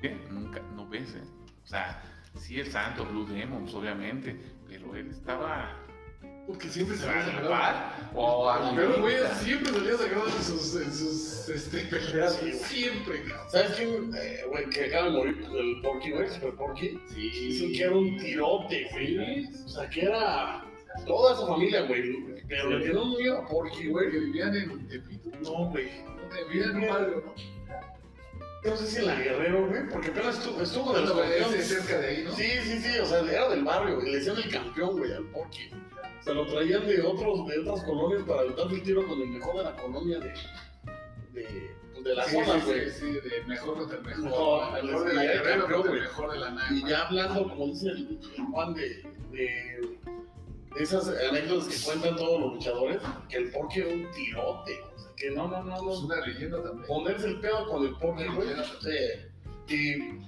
que nunca, no ves, ¿eh? O sea, sí, el santo, Blue Demons, obviamente, pero él estaba Porque siempre se ¿Se van van a a salvar. salvar? ¿O a Pero, güey, siempre salía sacado en sus, en sus este, peleas. Sí, güey. Siempre, cabrón. ¿Sabes quién, eh, güey, que acaba de morir? Pues, El Porky, güey, Super Porky. Sí. Dicen que era un tirote, güey. O sea, que era toda su familia, güey. Pero le dieron un miedo a Porky, Porque güey. vivían en Tepito, No, güey. vivían en un barrio, ¿no? No sé si en la Guerrero, güey, porque apenas estuvo, estuvo de los Pero ese campeones. cerca de ahí, ¿no? Sí, sí, sí, o sea, era del barrio, güey. Le decían el campeón, güey, al Porky. Se lo traían de, otros, de otras colonias para evitar el tiro con el mejor de la colonia de, de, pues, de la Sí, zona, sí, güey. sí, sí, de mejor contra el mejor. No, ¿no? El mejor de la sí, guerrera creo, contra el güey. mejor de la nave. Y ya hablando, como dice el, el Juan, de, de esas anécdotas que cuentan todos los luchadores, que el porky era un tirote. O sea, que no, no, no, Es no. Pues una leyenda también. Ponerse el pedo con el porky, güey. sí. Y,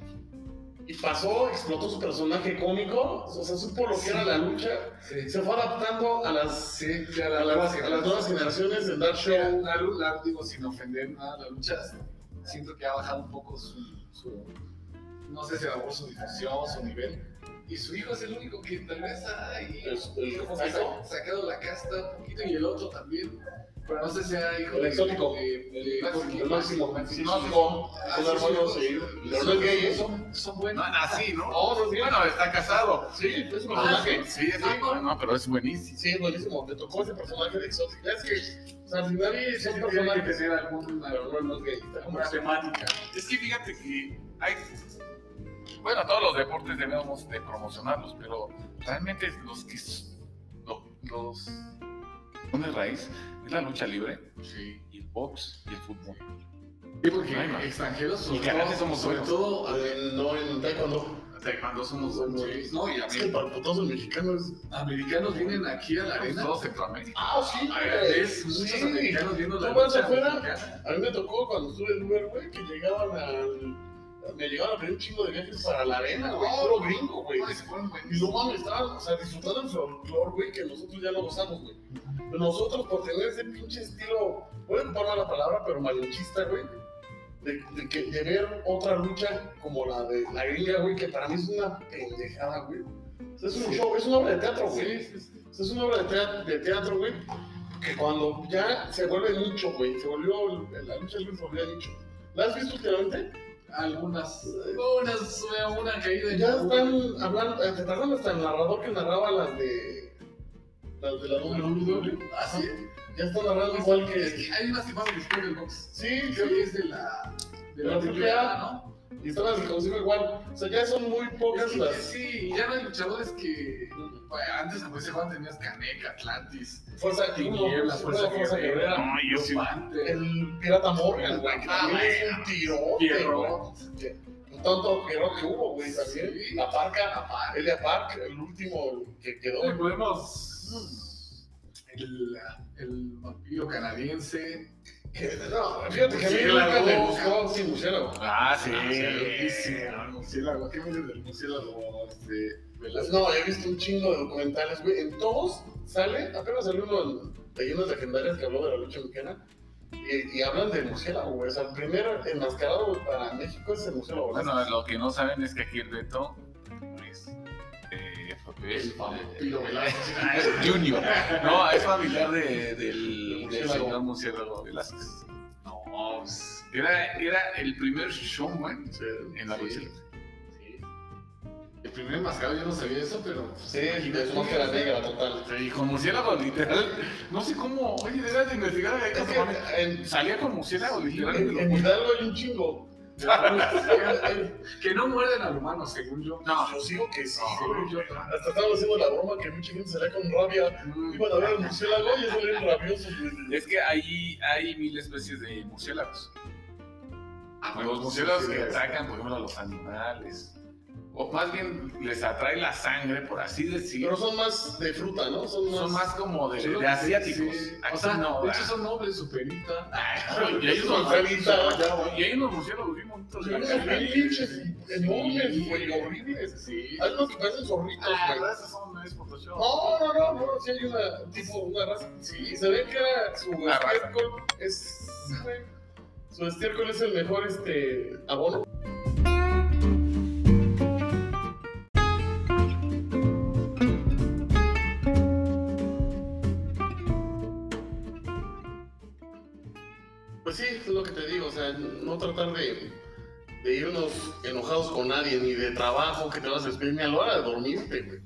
y pasó, explotó su personaje cómico. O sea, supo lo que era la lucha. Sí, Se fue adaptando a las, sí, sí, a a la- las, a las nuevas generaciones en dar Mira, show. la, lu- la- digo, sin ofender nada, la lucha siento que ha bajado un poco su, su- no sé si a lo mejor su difusión, su nivel. Y su hijo es el único que tal vez ha ahí Es- el- como que sa- sacado la casta un poquito y el otro también. Pero no sé si sea hijo El de- exótico. de- de- El Máximo. máximo, Sí, el Máximo. máximo. Ah, Un sí, hermano, sí, sí. sí. Pero no es gay, eso. Son, son buenos. No, así, ¿no? No, no es gay. Bueno, está casado. Sí, es un Ah, personaje. sí, sí, es- no, pero es buenísimo. Sí, es buenísimo. Me tocó ese personaje de exótica. Es que, o sea, al final Sí, son tiene que personajes. tener algún- Pero no, no es gay. Está como alguna se- temática. Es que fíjate que hay. Bueno, todos los deportes debemos de promocionarlos, pero realmente los que. s- lo- los. que son de raíz es la lucha libre, Sí. y el box y el fútbol. Sí, porque No hay más. extranjeros Y que antes somos sobre buenos. todo a- Eh, No, en Taekwondo. Taekwondo somos Sí, no, y a Es que mí, para putosos mexicanos. americanos vienen aquí a la arena. Todo Centroamérica. Ah, sí, A güey. ver, ves muchos Sí. americanos viendo la ¿Tú vas lucha afuera? mexicana. A mí me tocó cuando estuve en Uber, güey, que llegaban al. Me llegaban a pedir un chingo de viajes para la arena, güey. Puro gringo, güey. No, y se ponen buenísimos. Y no mames, estaban, o sea, disfrutando el folclore, güey, que nosotros ya no gozamos, güey. Nosotros, por tener ese pinche estilo, voy a ocupar la palabra, pero malinchista, güey, de, de que, de ver otra lucha como la de la gringa, güey, que para mí es una pendejada, güey. O sea, es un show, es una obra de teatro, güey. Sí, sí, sí. O sea, es una obra de teatro, de teatro, güey, que cuando ya se vuelve nicho, güey, se volvió, la lucha libre se volvió nicho. ¿La has visto últimamente? Algunas, unas, veo una caída en Ya Cuba. están hablando, eh, se tardan hasta el narrador que narraba las de. Las de la WWE. Ah, sí. Ya están narrando igual Es que. que hay unas que pasan después del box. Sí, Creo sí. que es de la, de De la la AAA, ¿no? Y están las de Consejo igual. O sea, ya son muy Es pocas que las. sí, ya no hay luchadores que... Bueno, antes, como dice Juan, tenías Caneca, Atlantis, Fuerza Tiniebla, Tiniebla, Fuerza Guerrera, No, yo sí. Pante. El Pirata Morgan, güey. que Ah, también bueno. es un tirote, Pierro. güey. Un tanto Pierro que hubo, güey. También. Sí. La Parca, Elia Park, el último que quedó. Hoy podemos. el, el vampiro canadiense. Que- No, fíjate que a mí Murciélago. nunca me gustó sin murciélago. Ah, sí. Ah, sí, sí. riquísimo, el murciélago. ¿Qué me dices del murciélago? Este, Pues Velasco? no, he visto un chingo de documentales, güey. En todos sale, apenas salió uno de leyendas legendarias que habló de la lucha mexicana. Y, y hablan del murciélago, güey. O sea, el primer enmascarado güey, para México es el murciélago. ¿no? Bueno, lo que no saben es que aquí el Beto es. eh, El vampiro Velasco. Ah, es Junior. No, es familiar de- del, del Murciélago. señor Murciélago Velázquez. No, pues, era, era el primer showman Sí, en la Sí. lucha. sí. El primer mascado yo no sabía eso, pero. pues, Sí, de su máscara negra, total. Y con Murciélago, literal. No sé cómo. Oye, debes de investigar. eh, Es cabrón. que en, Salía con Murciélago, en, literal. en Hidalgo hay un chingo. que no muerden al humano, según yo. No, Yo sigo que sí. Según güey. yo. Hasta estaba haciendo la broma que mucha gente salía con rabia. Iban a ver al murciélago y salían rabiosos, güey. Es que ahí hay mil especies de murciélagos. Los murciélagos que atacan, por ejemplo, a los animales. O más bien les atrae la sangre, por así decirlo. Pero son más de fruta, ¿no? Son más. Son más como de, Yo creo de que sí, asiáticos. sí. Aquí O sea, no, de ¿verdad? hecho son nobles, su penita. Ay, y ahí Son nos raritas. Y ahí nos murciélagos bien bonitos. Sí, de unos acá. pinches enormes, güey, horribles. horribles. Sí. Hay unos que parecen zorritos, Ah, güey. ¿verdad? Esas son es Photoshop. No, no, no, no, Pues sí hay una, tipo, una raza. Sí, Y se ve que era su Una raza. estiércol es, güey, su estiércol es el mejor, este, abono. no tratar de, de irnos enojados con nadie, ni de trabajo que te vas a despedir, ni a la hora de dormirte, güey.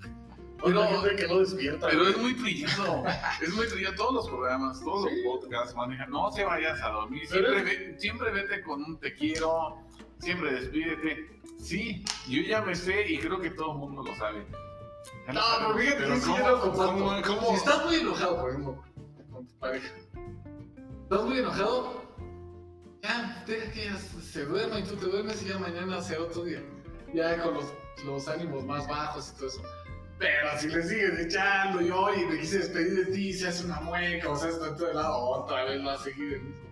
Hoy Pero- la gente que no despierta. Pero güey. es muy trillado. es muy trillado. Todos los programas, todos Sí. los podcasts manejan. No se vayas a dormir. Pero Siempre, ve- siempre vete con un te quiero. Siempre despídete. Sí, yo ya me sé y creo que todo el mundo lo sabe. Ya lo No, sabe. pero fíjate, Pero sí, ¿cómo- yo lo comparto. cómo- cómo- Si estás muy enojado, por ejemplo, con tu pareja, estás muy enojado, ya, deja que ella se duerma y tú te duermes y ya mañana será otro día. Ya con los, los ánimos más bajos y todo eso. Pero si le sigues echando y hoy me quise despedir de ti, se hace una mueca o se hace tanto de lado, otra vez va a seguir el mismo.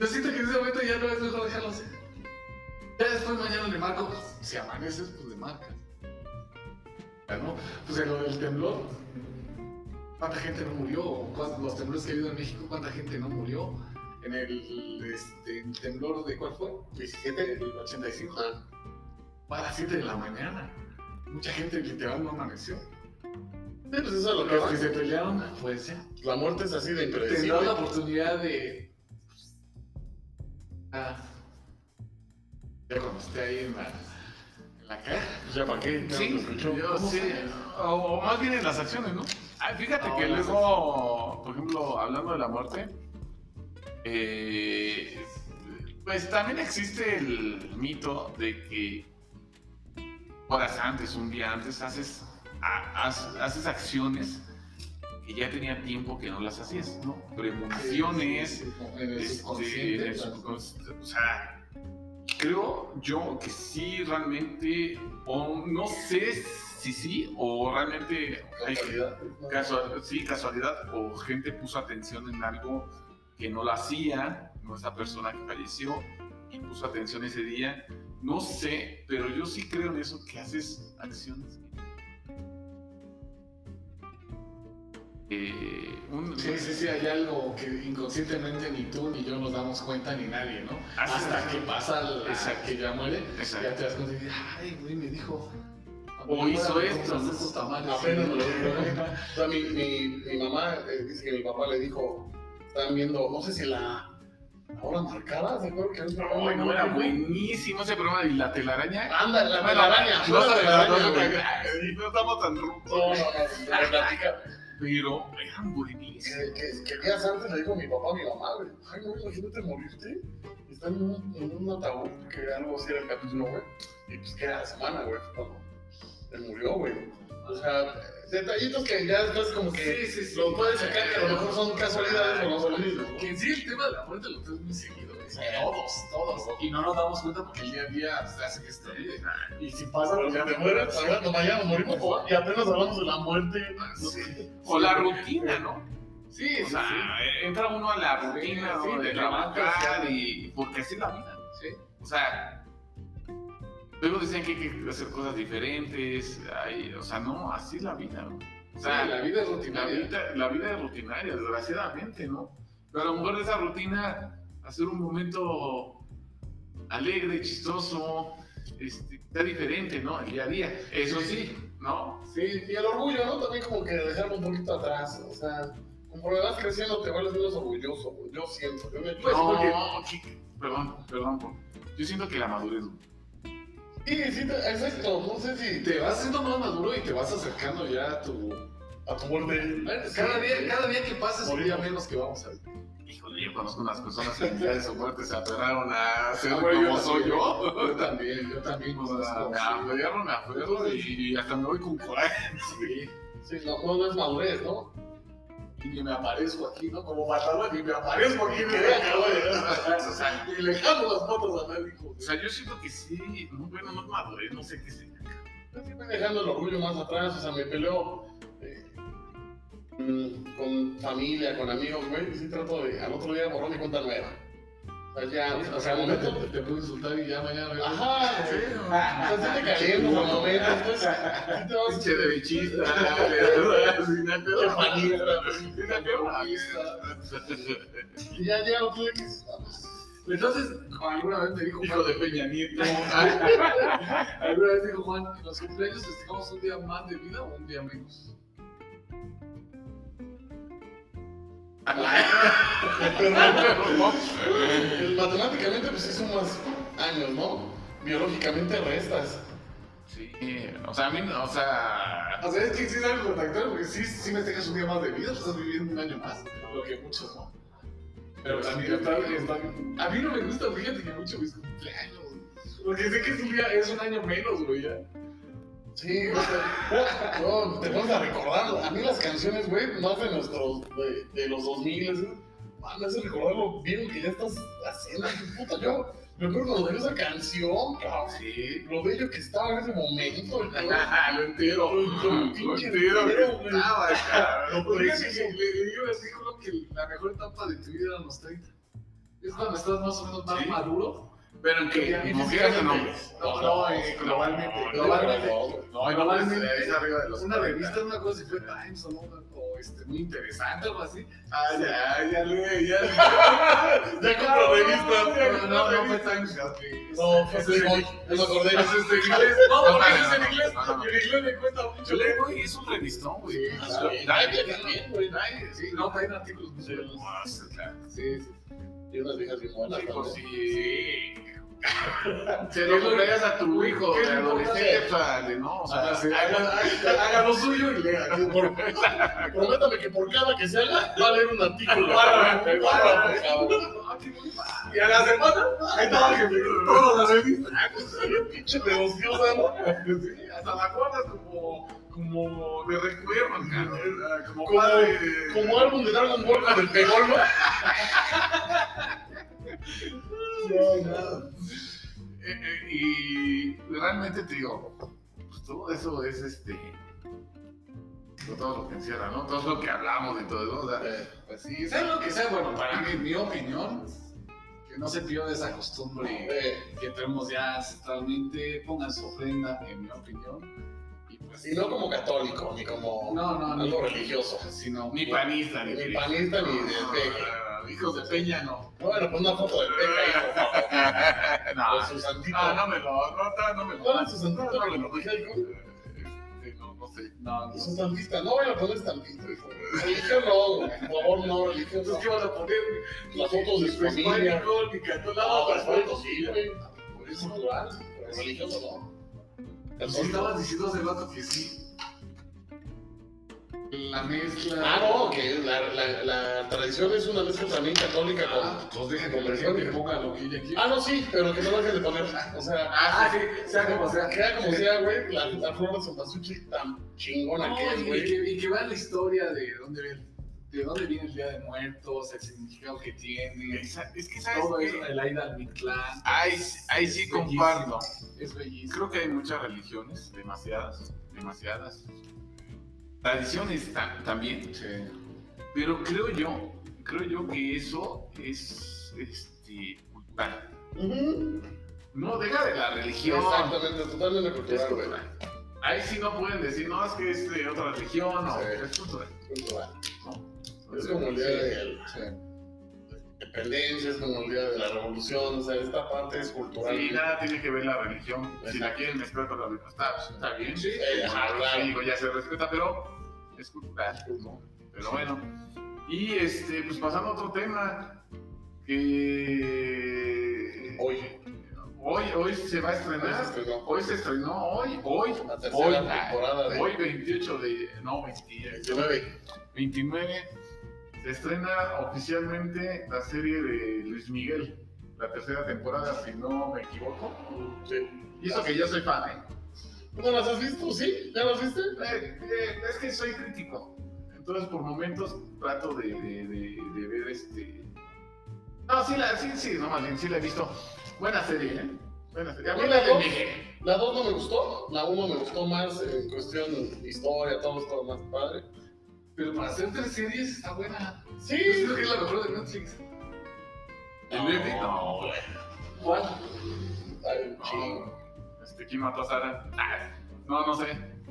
Yo siento que en ese momento ya no es mejor dejarlo así. Ya después mañana le marco, si amaneces, pues le marcas. Ya, ¿no? Pues en lo del temblor, ¿cuánta gente no murió? O cuán- Los temblores que ha habido en México, ¿cuánta gente no murió? En el, este, el temblor de cuál fue? 17. El 85. Ah, Fue a las 7 de la mañana. Mucha gente literal no amaneció. sí, pues eso es lo que Los que va. se pelearon, pues ya. La muerte es así de Tendrás impredecible. la oportunidad de. pues, ah, ya cuando esté ahí en la, en la caja. Pues, Ya para qué. ya no Sí, te escucho. yo ¿Cómo sí. sabes? O, o más bien en las acciones, ¿no? Ah, fíjate Ah, que las luego, por ejemplo, hablando de la muerte, eh, pues también existe el mito de que horas antes, un día antes, haces, ha- haz- haces acciones que ya tenía tiempo que no las hacías, ¿no? Premoniciones, En el este, subconsciente. el subconsciente, o sea, creo yo que sí, realmente, o no sé si sí, o realmente hay Casualidad. casual- sí, casualidad, o gente puso atención en algo que no la hacía, no esa persona que falleció y puso atención ese día. No sé, pero yo sí creo en eso, que haces acciones. Eh, un- Sí, sí, sí, hay algo que inconscientemente ni tú ni yo nos damos cuenta ni nadie, ¿no? haces Hasta que pasa la Exacto. que ya muere, Exacto. ya te das cuenta y dices, ay, güey, me dijo. O cuando hizo muera, esto, compras ¿no? estos tamales. Apenas Sí, me lo güey. dijo. O sea, mi, mi, mi mamá eh, dice que mi papá le dijo, estaban viendo, no sé si la la hora marcada, ¿se acuerdan? Que era Ay, un programa, no, era ¿no? buenísimo ese programa de la Ah, telaraña. Anda, la Bueno, telaraña, no, no la telaraña, no, güey. no, no estamos tan No, rucos. no, no, me platica. Pero eran buenísimos. Que, que, que días antes le dijo mi papá a mi mamá, güey, ay, no, imagínate morirte. Está en un, en un ataúd, que algo así era el capítulo, güey. Y pues que era la semana, güey, fue cuando se murió, güey. O sea, detallitos que ya después como que Sí, sí, sí. lo puedes sacar, que a lo mejor son casualidades o no son mismos. ¿no? Que en sí el tema de la muerte lo tenemos muy seguido, güey. Sí. Todos, todos. Y no nos damos cuenta porque el día a día se hace que esto vive. Y si pasa, Pero pues que ya te mueras, hablando mañana morimos o- y apenas hablamos de la muerte. Ah, ¿no? O la rutina, ¿no? Sí, sí, O sea, eh, entra uno a la rutina Sí, ¿no? sí, de te levantas, trabajar ya. y. Porque así es la vida. sí. O sea. Luego decían que hay que hacer cosas diferentes. ay, o sea, no, así es la vida. ¿no? O Sí, sea, la vida es La rutinaria. vida, la vida es rutinaria, desgraciadamente, ¿no? Pero a lo mejor de esa rutina, hacer un momento alegre, chistoso, este, está diferente, ¿no? El día a día. Eso sí, ¿no? Sí, y el orgullo, ¿no? También como que dejarlo un poquito atrás. O sea, conforme vas creciendo te vuelves menos orgulloso. güey. Yo siento. Yo me Pues, no, porque- que- perdón, perdón. por- Yo siento que la madurez. Sí, sí, te- exacto. No sé si Te vas haciendo más maduro y te vas acercando ya a tu. a tu muerte. Cada día, cada día que pasa es un día Morimos. menos que vamos a ver. Híjole, yo conozco unas personas que en el día de su muerte se aferraron a ser Ah, güey, como yo soy también. yo. Yo Ah, también, yo también O sea, conozco. me aferro, me aferro y, y hasta me voy con coraje. Sí. Sí, no, no, no es madurez, ¿no? Y ni me aparezco aquí, ¿no? Como matador, ni me aparezco aquí, ni me O sea, Y le jalo las fotos a nadie, hijo. O sea, yo siento que sí, no, bueno, no es madurez, no sé qué sea. Yo sí voy dejando el orgullo más atrás. O sea, me peleo eh, mm, con familia, con amigos, güey. Sí trato de al otro día borrón y cuenta nueva. O sea, ya, O sea, al momento te, te puedo insultar y ya mañana me Ah, Ajá, sí. O sea, sí te calientas al momento, pues, sí te vas Pinche de bichista, Qué panista, Y ya llega otro día que dices, "Ah, pues, Entonces, alguna vez me dijo Hijo de Peña Nieto. Alguna vez dijo Juan, en los cumpleaños festejamos un día más de vida o un día menos. Pues, matemáticamente, pues sí sumas años, ¿no? Biológicamente restas. Sí, o sea, a mí, no- o sea, O sea, es que sí es algo contactar, porque sí, sí festejas un día más de vida, pues estás viviendo un año más, lo que muchos no. Pero también está, está- A mí no me gusta, fíjate que mucho mis cumpleaños. Porque sé que es un, día, es un año menos, güey, ya. Sí, o sea, no, te pones a recordar. A mí las canciones, güey, más de nuestros, de, de los 2000, ¿sí? man, ah, me hace recordar lo bien que ya estás haciendo. que Puta, yo me acuerdo cuando salió esa canción, cabrón. sí. Lo bello que estaba en ese momento, güey. Lo entero, lo entero pinche que entero, güey. estaba, cabrón. Porque le, le digo al artículo que la mejor etapa de tu vida eran los 30. Es cuando estás más o menos más Sí. maduro. Pero en que, mujeres o nombres. No, no, eh, globalmente. No, globalmente. no, no, No, Ay, no, no, normalmente, es arriba de los una 40. revista, una cosa si fue Times o, no, o este, muy interesante o algo así. Ah, ya, ya, le- ya. Ya compro revistas. No, no, no fue Times. ya que- No, fue Ese es el- Playboy, me acordé. ese es de inglés. No, No, porque no, es en no, inglés. no, no. En inglés me cuesta mucho. Yo le digo, es un revistón, güey. Sí, Ah, claro. güey, Trae- también, güey. Ay, Sí, no, traen artículos. muy buenos. Ah, sí, claro. Sí, sí. Y unas viejas bien buenas. Sí, ¿no? pues, sí. Se lo compras a tu hijo de adolescente, pues, dale, ¿no? O sea, Ah, sí, haga- haga, haga- haga lo suyo y lea. Por- Prométame que por cada que se haga va a leer un artículo. Bárbaro, güey, bárbaro. cabrón. Ah, Y a la semana, Ah, ahí estaba el jefe. Todos los revistas. Ah, pues Pinche negociosa, ¿no? Sí, hasta la guardas como, como de recuerdo, cara. como Como- padre. Como álbum de Dragon Ball con el pegol, ¿no? Eh, eh, y realmente te digo, pues todo eso es este. pues, Todo lo que encierra, ¿no? Todo lo que hablamos y todo eso. O sea, Eh, Pues sí, sea lo que sea, bueno, para mí, mi opinión, que no se pierda esa costumbre eh, que tenemos ya ancestralmente, pongan su ofrenda, en mi opinión. Y pues, Y no como católico, ni como no, no, algo no, religioso. sino ni panista, ni. Ni panista ni de peje. Ah, Hijos de Peña, no. Bueno, pues una foto de peje ahí, por favor. no, Con su santito. no, no me lo. No, no, no me lo. ¿Cuál es su santito? No, no me lo. Evangélico. Este, no, no sé. No, no. Es un santista. No voy a poner santito. hijo. Religión no, güey. por favor, no, religión no. Entonces, ¿qué vas a poner? Las fotos de su Pues, familia. pánico, ni cató nada, No, pues, para las fotos fotos. sí, güey. Por eso natural. Pero religioso no. Pues Sí, estabas diciendo hace rato que sí. La mezcla. Ah, no, que la, la, la tradición es una mezcla también católica Ah, con. pues deja que la gente ponga lo que ella quiera. Ah, no, sí, pero que no dejes de poner. O sea, Ah, sí, sea como sea. queda como sea, güey, la, la flor de cempasúchil tan chingona No, que es, y, y güey. que, y que vean la historia de dónde, ven- de dónde viene el Día de Muertos, el significado que tiene, Esa- Es que, ¿sabes todo eso, qué? el Aida al Mictlán, Ahí, ahí sí Bellísimo. comparto. es bellísimo. Creo que hay muchas religiones, demasiadas, demasiadas. Tradiciones ta- también, pero creo yo, creo yo que eso es este, cultural. Ujú. No, deja de la religión. Exactamente, totalmente Es cultural, güey. cultural. Ahí sí no pueden decir, no, es que es de otra religión, no, Sí. es cultural. Cultural. Es como el día Sí, de la sí. independencia, es como el día de la revolución, o sea, esta parte es cultural. Sí, nada tiene que ver la religión. Si la Exacto. quieren mezclar con la religión, está, está bien. Sí, Eh, Claro, claro. digo, ya se respeta, pero es cultural. Pero bueno. Y este, pues pasando a otro tema que Hoy. hoy, hoy se va a estrenar. Entonces, perdón. Hoy se estrenó, hoy, hoy, La hoy, tercera temporada de hoy 28 de, no, 20, 19. 29, se estrena oficialmente la serie de Luis Miguel, la tercera temporada, si no me equivoco. Sí. Y eso que yo soy fan, ¿eh? ¿No las has visto? ¿Sí? ¿Ya las viste? Eh, eh, es que soy crítico. Entonces, por momentos trato de, de- de- de ver este. No, sí, la, sí, sí, no, más bien, sí la he visto. Buena serie, ¿eh? Buena serie. A mí ¿Y la la de dos? Miguel. La 2 no me gustó, la 1 me gustó más en cuestión de historia, todo estaba más padre. Pero para hacer tres series está buena. Sí, Yo creo que es la mejor de Netflix. ¿En Netflix? No, güey. ¿Cuál? Ay, un chingo. No. Este, ¿Quién mató a Sara? Ah, no, no sé.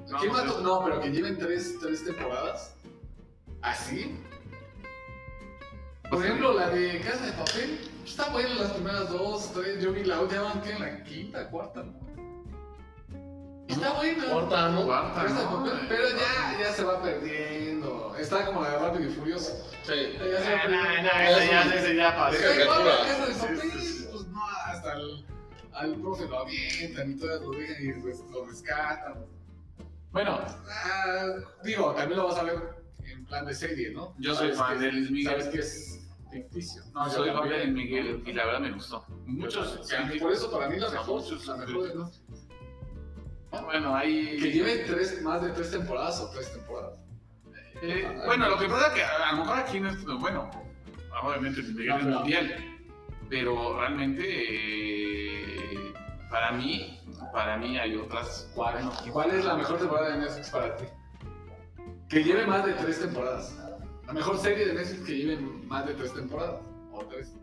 No, ¿Quién no sé. mató? No, pero que lleven tres, tres temporadas. ¿Así? Por ejemplo, la de Casa de Papel. pues, Está buena las primeras dos, tres. Yo vi la última, van que en la quinta, cuarta. ¿no? Está buena. Corta, ¿no? Cuarta, Casa de Ah, ¿no? Papel, Pero ya, ya se va perdiendo. como, está como la de Rápido y Furioso. Sí. Ya se Ah, no, no, Es ese ya, un- ese ya Es pasó. Sí, que igual la caricatura. casa de papel, Sí, sí, sí. pues no, hasta al, al profe lo avientan y todas lo dejan y res- lo rescatan. Bueno, Ah, digo, también lo vas a ver en plan de serie, ¿no? Yo soy Sabes fan que- de Luis Miguel. Sabes que es ficticio. no, Yo soy fan también. de Luis Miguel y la verdad me gustó. O Muchos. sea, por eso para mí la o sea, mejor, muchos- la mejor, ¿no? Bueno, ahí. Que lleve tres, más de tres temporadas o tres temporadas. Eh, Ah, bueno, lo que pasa es que a a lo mejor aquí no es bueno. Obviamente Luis Miguel es Ajá. mundial, pero realmente eh, para mí, para mí hay otras. ¿Cuál, ¿Cuál es la mejor temporada de Netflix para ti? Que lleve más de tres temporadas. La mejor serie de Netflix que lleve más de tres temporadas. O tres.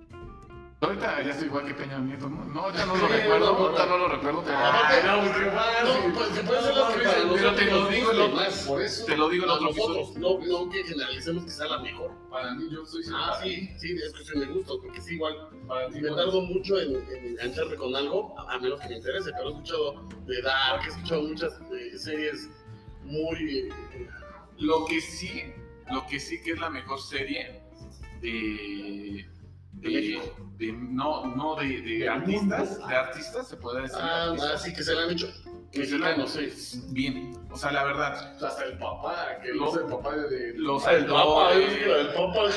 Ahorita ya soy igual que Peña Nieto, ¿no? No, ahorita no lo Sí, recuerdo, no, no, ahorita no. no lo recuerdo, pero Aparte- no, pues, qué fácil. No, pues, que pueden ser las que Pero para te nosotros lo digo, nos lo- gustan más. Por eso, te lo digo el Para otro episodio. nosotros, no, no que generalicemos que sea la mejor. para mí yo soy Ah, sí, sí, es cuestión de gusto, porque sí, igual. Para Si ti me no. tardo mucho en, en engancharme con algo, a a menos que me interese, pero he escuchado de Dark, he escuchado muchas eh, series muy. eh, Lo que sí, lo que sí que es la mejor serie de. ¿De de, México? de- no, no de, de ¿Del artistas, mundo? de artistas se puede decir. ah, artistas. así que se la han hecho. Que se la- Mexicanos, sí. Bien, o sea, la verdad, Hasta el papá, que No. no es el papá de- de. los El Papa, ¿eh? actores, Ah, ah, sí, el Papa.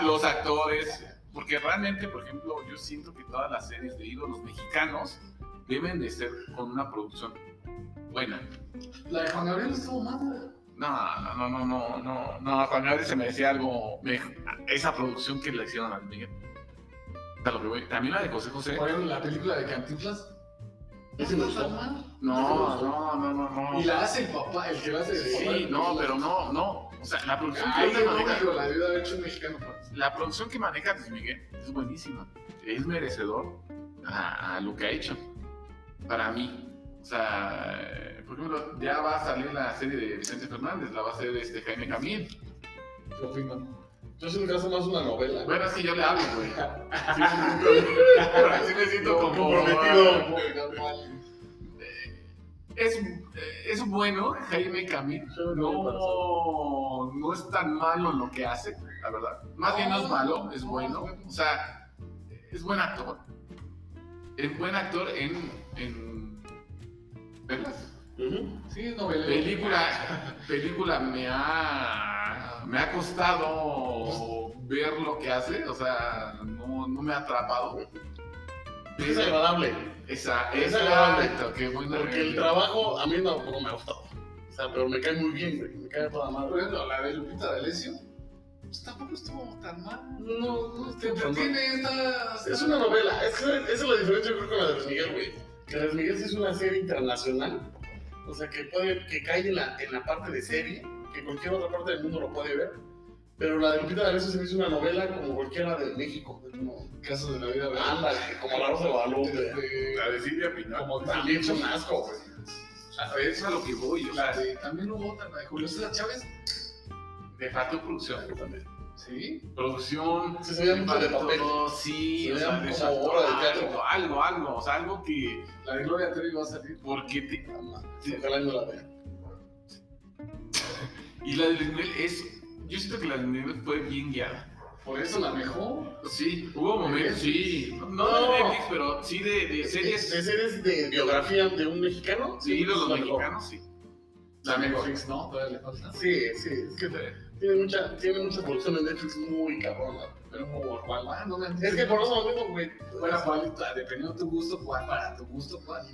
sí. los actores, porque realmente, por ejemplo, yo siento que todas las series de ídolos mexicanos deben de ser con una producción buena. La de Juan Gabriel estuvo mala. No, no, no, no, no, no, Juan Gabriel se me decía algo, me- esa producción que le hicieron a Luis Miguel. O sea, lo que voy- También la de José José. Por ejemplo, la película de Cantinflas. Ese me está gustó. tan mal. No, no, no, no, no. Y la hace el papá, el que la hace el papá. Sí, no, pero no, no. O sea, la producción que Ay, ella no, maneja- pero la vida de hecho un mexicano. pues. la producción que maneja Luis Miguel es buenísima. Es merecedor a, a lo que ha hecho. Para mí. O sea, eh, por ejemplo, ya va a salir la serie de Vicente Fernández, la va a hacer este Jaime Camil. Yo fui, no. Yo siento que hace más una novela. Bueno, es que yo le hablo, güey. Sí, sí, Pero así me siento No, como. comprometido. pues, Es, es bueno Jaime Camil. sí. Yo no, para eso. No, no es tan malo lo que hace, la verdad. Más bien no es malo, es bueno. O sea, es buen actor. Es buen actor en. en ¿Verlas? Ujú. Sí, novela. Película, película me ha. Me ha costado ver lo que hace, o sea, no, no me ha atrapado. Es agradable. Esa, Es esa, agradable. qué buena Porque el trabajo a mí tampoco me ha gustado. O sea, pero me cae muy bien, güey. Me cae toda Por madre. ejemplo, la de Lupita D'Alessio. Pues tampoco estuvo tan mal. No, no Te tan mal. entretiene esta. Es una novela. Es que esa es la diferencia, yo creo, con la de Luis Miguel, güey. Que Luis Miguel sí es una serie internacional. O sea, que, puede, que cae en la, en la parte de serie, que cualquier otra parte del mundo lo puede ver. Pero la de Lupita D'Alessio se me hizo una novela como cualquiera de México. Como, Casos de la vida real. anda, como la Rosa de Guadalupe. Este, La de Silvia Pinal. Como También también. es un asco, güey. Es a lo que voy, o sea, La de, también hubo otra, la de Julio César Chávez. de falta producción. Sí. producción. Se veía mucho de papel. todo, Sí, Se o veía sea, de como factor, obra de teatro. Algo, algo, algo, o sea, algo que. La de Gloria Trevi va a salir. Porque te- Sí. Ojalá y no la vean. Y la de Luis Miguel es. Yo siento que la de Luis Miguel fue bien guiada. Por eso la mejor. Sí, hubo momentos, sí. No, No. de Netflix, pero sí de, de series. ¿De series de biografía de un mexicano? sí, de los la mejor. mexicanos, sí. La Netflix, ¿no? Todavía le falta. Sí, sí. Es que tiene mucha, tiene mucha producción en Netflix muy cabrona. Pero por cuál va, no me han Es que por eso lo mismo, güey. Bueno, cuál, dependiendo de tu gusto, cuál para tu gusto, cuál.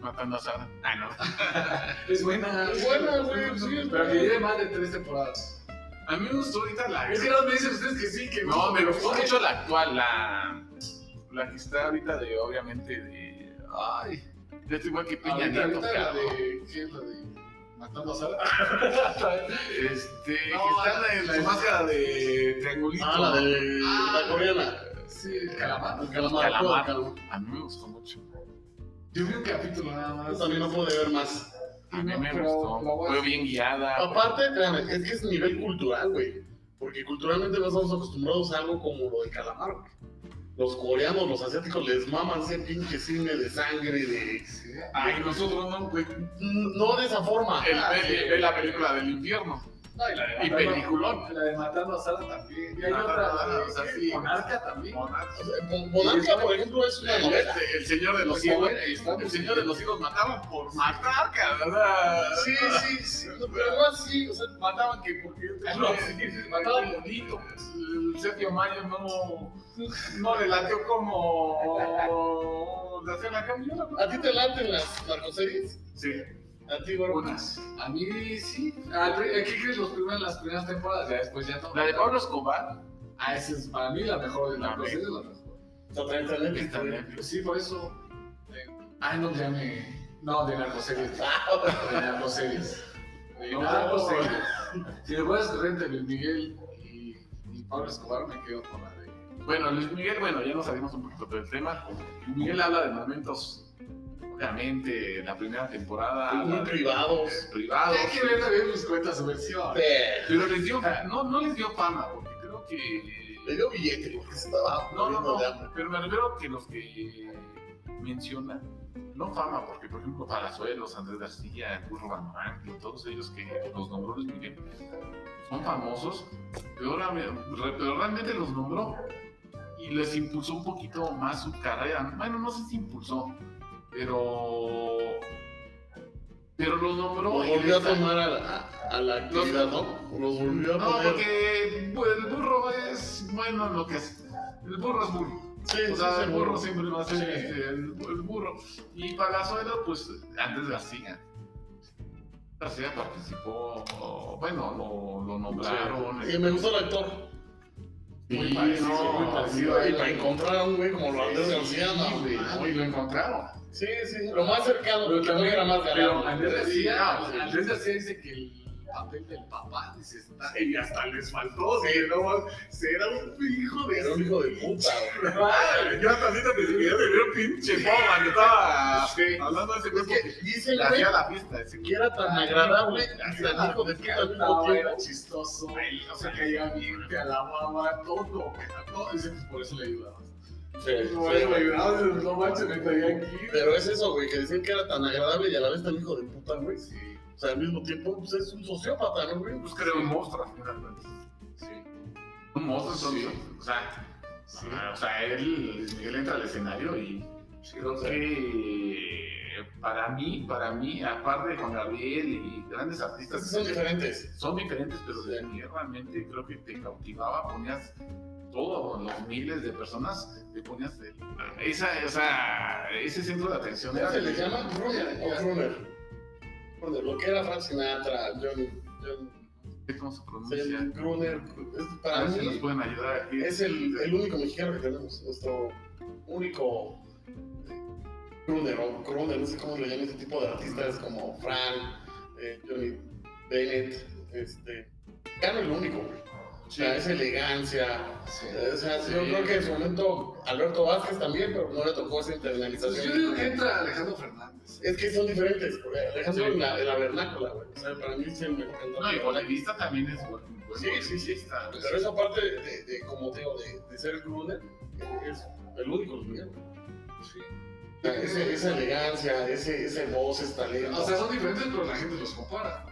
Matando a Sara. Ah, no. Es buena. Es buena, güey, sí, es Pero buena. que lleve más de tres temporadas. A mí me gustó ahorita la. Es que no me dicen ustedes que sí, que No, me gustó mucho la actual, la. La que está ahorita de, obviamente, de. Ay. Ya estoy igual que Peña Ahorita, Nieto, ahorita la cabrón. de. ¿Qué es la de? Matando a Sara. Este, No, que está la- en la- la, máscara de triangulito. Ah, la de Ah. la coreana. Sí, el calamar. El calamar. Calamar. Calamar. A mí me gustó mucho. Yo vi un capítulo nada Yo más. También no pude ver más. A mí me Pero la gustó. voy a- Fue bien guiada. Aparte, espérame, es que es nivel cultural, güey. Porque culturalmente no estamos acostumbrados a algo como lo de calamar, güey. Los coreanos, los asiáticos les maman ese pinche cine de sangre, de. Sí. Ay, nosotros no, güey. No de esa forma. El- Ah, ve- sí. ve la película del infierno. No, y la de Y Matando- peliculón. La de Matando a Sara también. Y hay Ah, otra, ah, la o de sea, sí. Monarca también. Monazo. Bonanza, por ejemplo, es una El, novela. este, el señor de los Porque, hijos. bueno, ahí está, El señor de los hijos mataban por matar, ¿verdad? Sí, sí, sí. Pero no así, o sea, Mataban que porque No, mataban bonito. pues. El Sergio Mayo no, no le latió como de hacer la camioneta. ¿a ti te laten las narcoseries? Sí, ¿A ti, Barbón? unas. A mí sí. Al pri- ¿Qué crees? Los primeros, las primeras temporadas, ya después ya todo. La de Pablo Escobar Ah, esa es para mí la mejor. La La cosa es mejor. la mejor. Está también está en Netflix, está en Netflix. Pues sí, por eso. eh, ah, no, ya me. No, de narcoseries. De narcoseries. De Ah, No, narcoseries. Si me puedes correr de Luis Miguel y, y Pablo Escobar, me quedo con la de. Bueno, Luis Miguel, bueno, ya nos salimos un poquito del tema. Luis Miguel habla de momentos, obviamente, la primera temporada. Muy habla de- privados. eh, privados. Hay que ver también mis cuentas subversión. Eh, Pero les dio, no, no les dio fama, porque creo Le que. dio billete porque se estaba No, no, muriendo de no. hambre. Pero me refiero que los que mencionan, no fama, porque por ejemplo Palazuelos, Andrés García, Curro Van Ranking, todos ellos que los nombró Luis Miguel, son famosos, pero, ahora me- re- pero realmente los nombró y les impulsó un poquito más su carrera. Bueno, no sé si impulsó, pero. Pero los nombró. Los y les volvió a sacó- tomar a la, a- a la actividad, ¿no? Los volvió a No, poner. porque pues, el burro es bueno en lo que es. El burro es burro. Sí, O sea, sí, el burro siempre va a ser Sí. este, el, el burro. Y Palazuelo, pues antes García. García participó, o, bueno, lo, lo nombraron. este, Y me gustó el actor. Sí, Muy parecido, no, muy parecido a Y él. para encontrar a un güey como lo Andrés García, no, Sí, güey. no, y lo encontraron. Sí, sí, lo más cercano, Pero también era más Pero ganado. Andrés Sí, García, ah, sí. Andrés García dice que el papel del papá dice, está. Y hasta les faltó, sí, no, será un hijo Era un hijo de puta, güey. Madre, yo hasta ahorita pensé que ya se vio pinche boba que estaba Sí. hablando de ese Es cuerpo. que Le dicen, güey, hacía la fiesta, ese que era tan agradable y tan hijo de puta al mismo Cantaba, era tiempo. chistoso, o sea, caía bien, te alababa, todo, todo. Dice, pues por eso le ayudabas. Por eso le ayudabas, dices, no manches, me traía aquí. Pero es eso, güey, que decían que era tan agradable y a la vez tan hijo de puta, güey. Sí, O sea, al mismo tiempo, pues es un sociópata, ¿no, güey? Pues creo un monstruo, al final, pues. ¿no? sí, Un monstruo, entonces. Sí. O sea, sí. ah, o sea, él, él entra al escenario y creo que para mí, para mí, aparte de Juan Gabriel y grandes Es que artistas, son diferentes. son diferentes, pero Sí. de mí realmente creo que te cautivaba, ponías todos los miles de personas, te ponías el- esa, esa, ese centro de atención. ¿Cómo era se le el- llama? Runner o Runner. Runner, lo que era Frank Sinatra, John, ¿Cómo se pronuncia? John Gruner. Es, A para ver si nos mí pueden ayudar aquí. es el, el único mexicano que tenemos, nuestro único Gruner o Gruner, no sé cómo le llaman ese tipo de artistas como Frank, eh, Johnny Bennett, este. Cano es el único, güey. O sea, esa elegancia. sí. O sea, Sí. yo creo que en su momento Alberto Vázquez también, pero no le tocó esa internalización. Entonces, Pues yo digo que entra Alejandro Fernández. Es que son diferentes, porque Alejandro Sí. en, la, en la vernácula, güey. O sea, para mí es el mejor cantante. No, y Guadalista también es bueno. Sí, sí, sí, está. Pero esa parte de, de como te digo, de, de ser Gruner, es el único Luis Miguel. güey. Sí. O sea, ese- esa elegancia, ese, ese voz, ese talento. O sea, son diferentes, pero la gente los compara.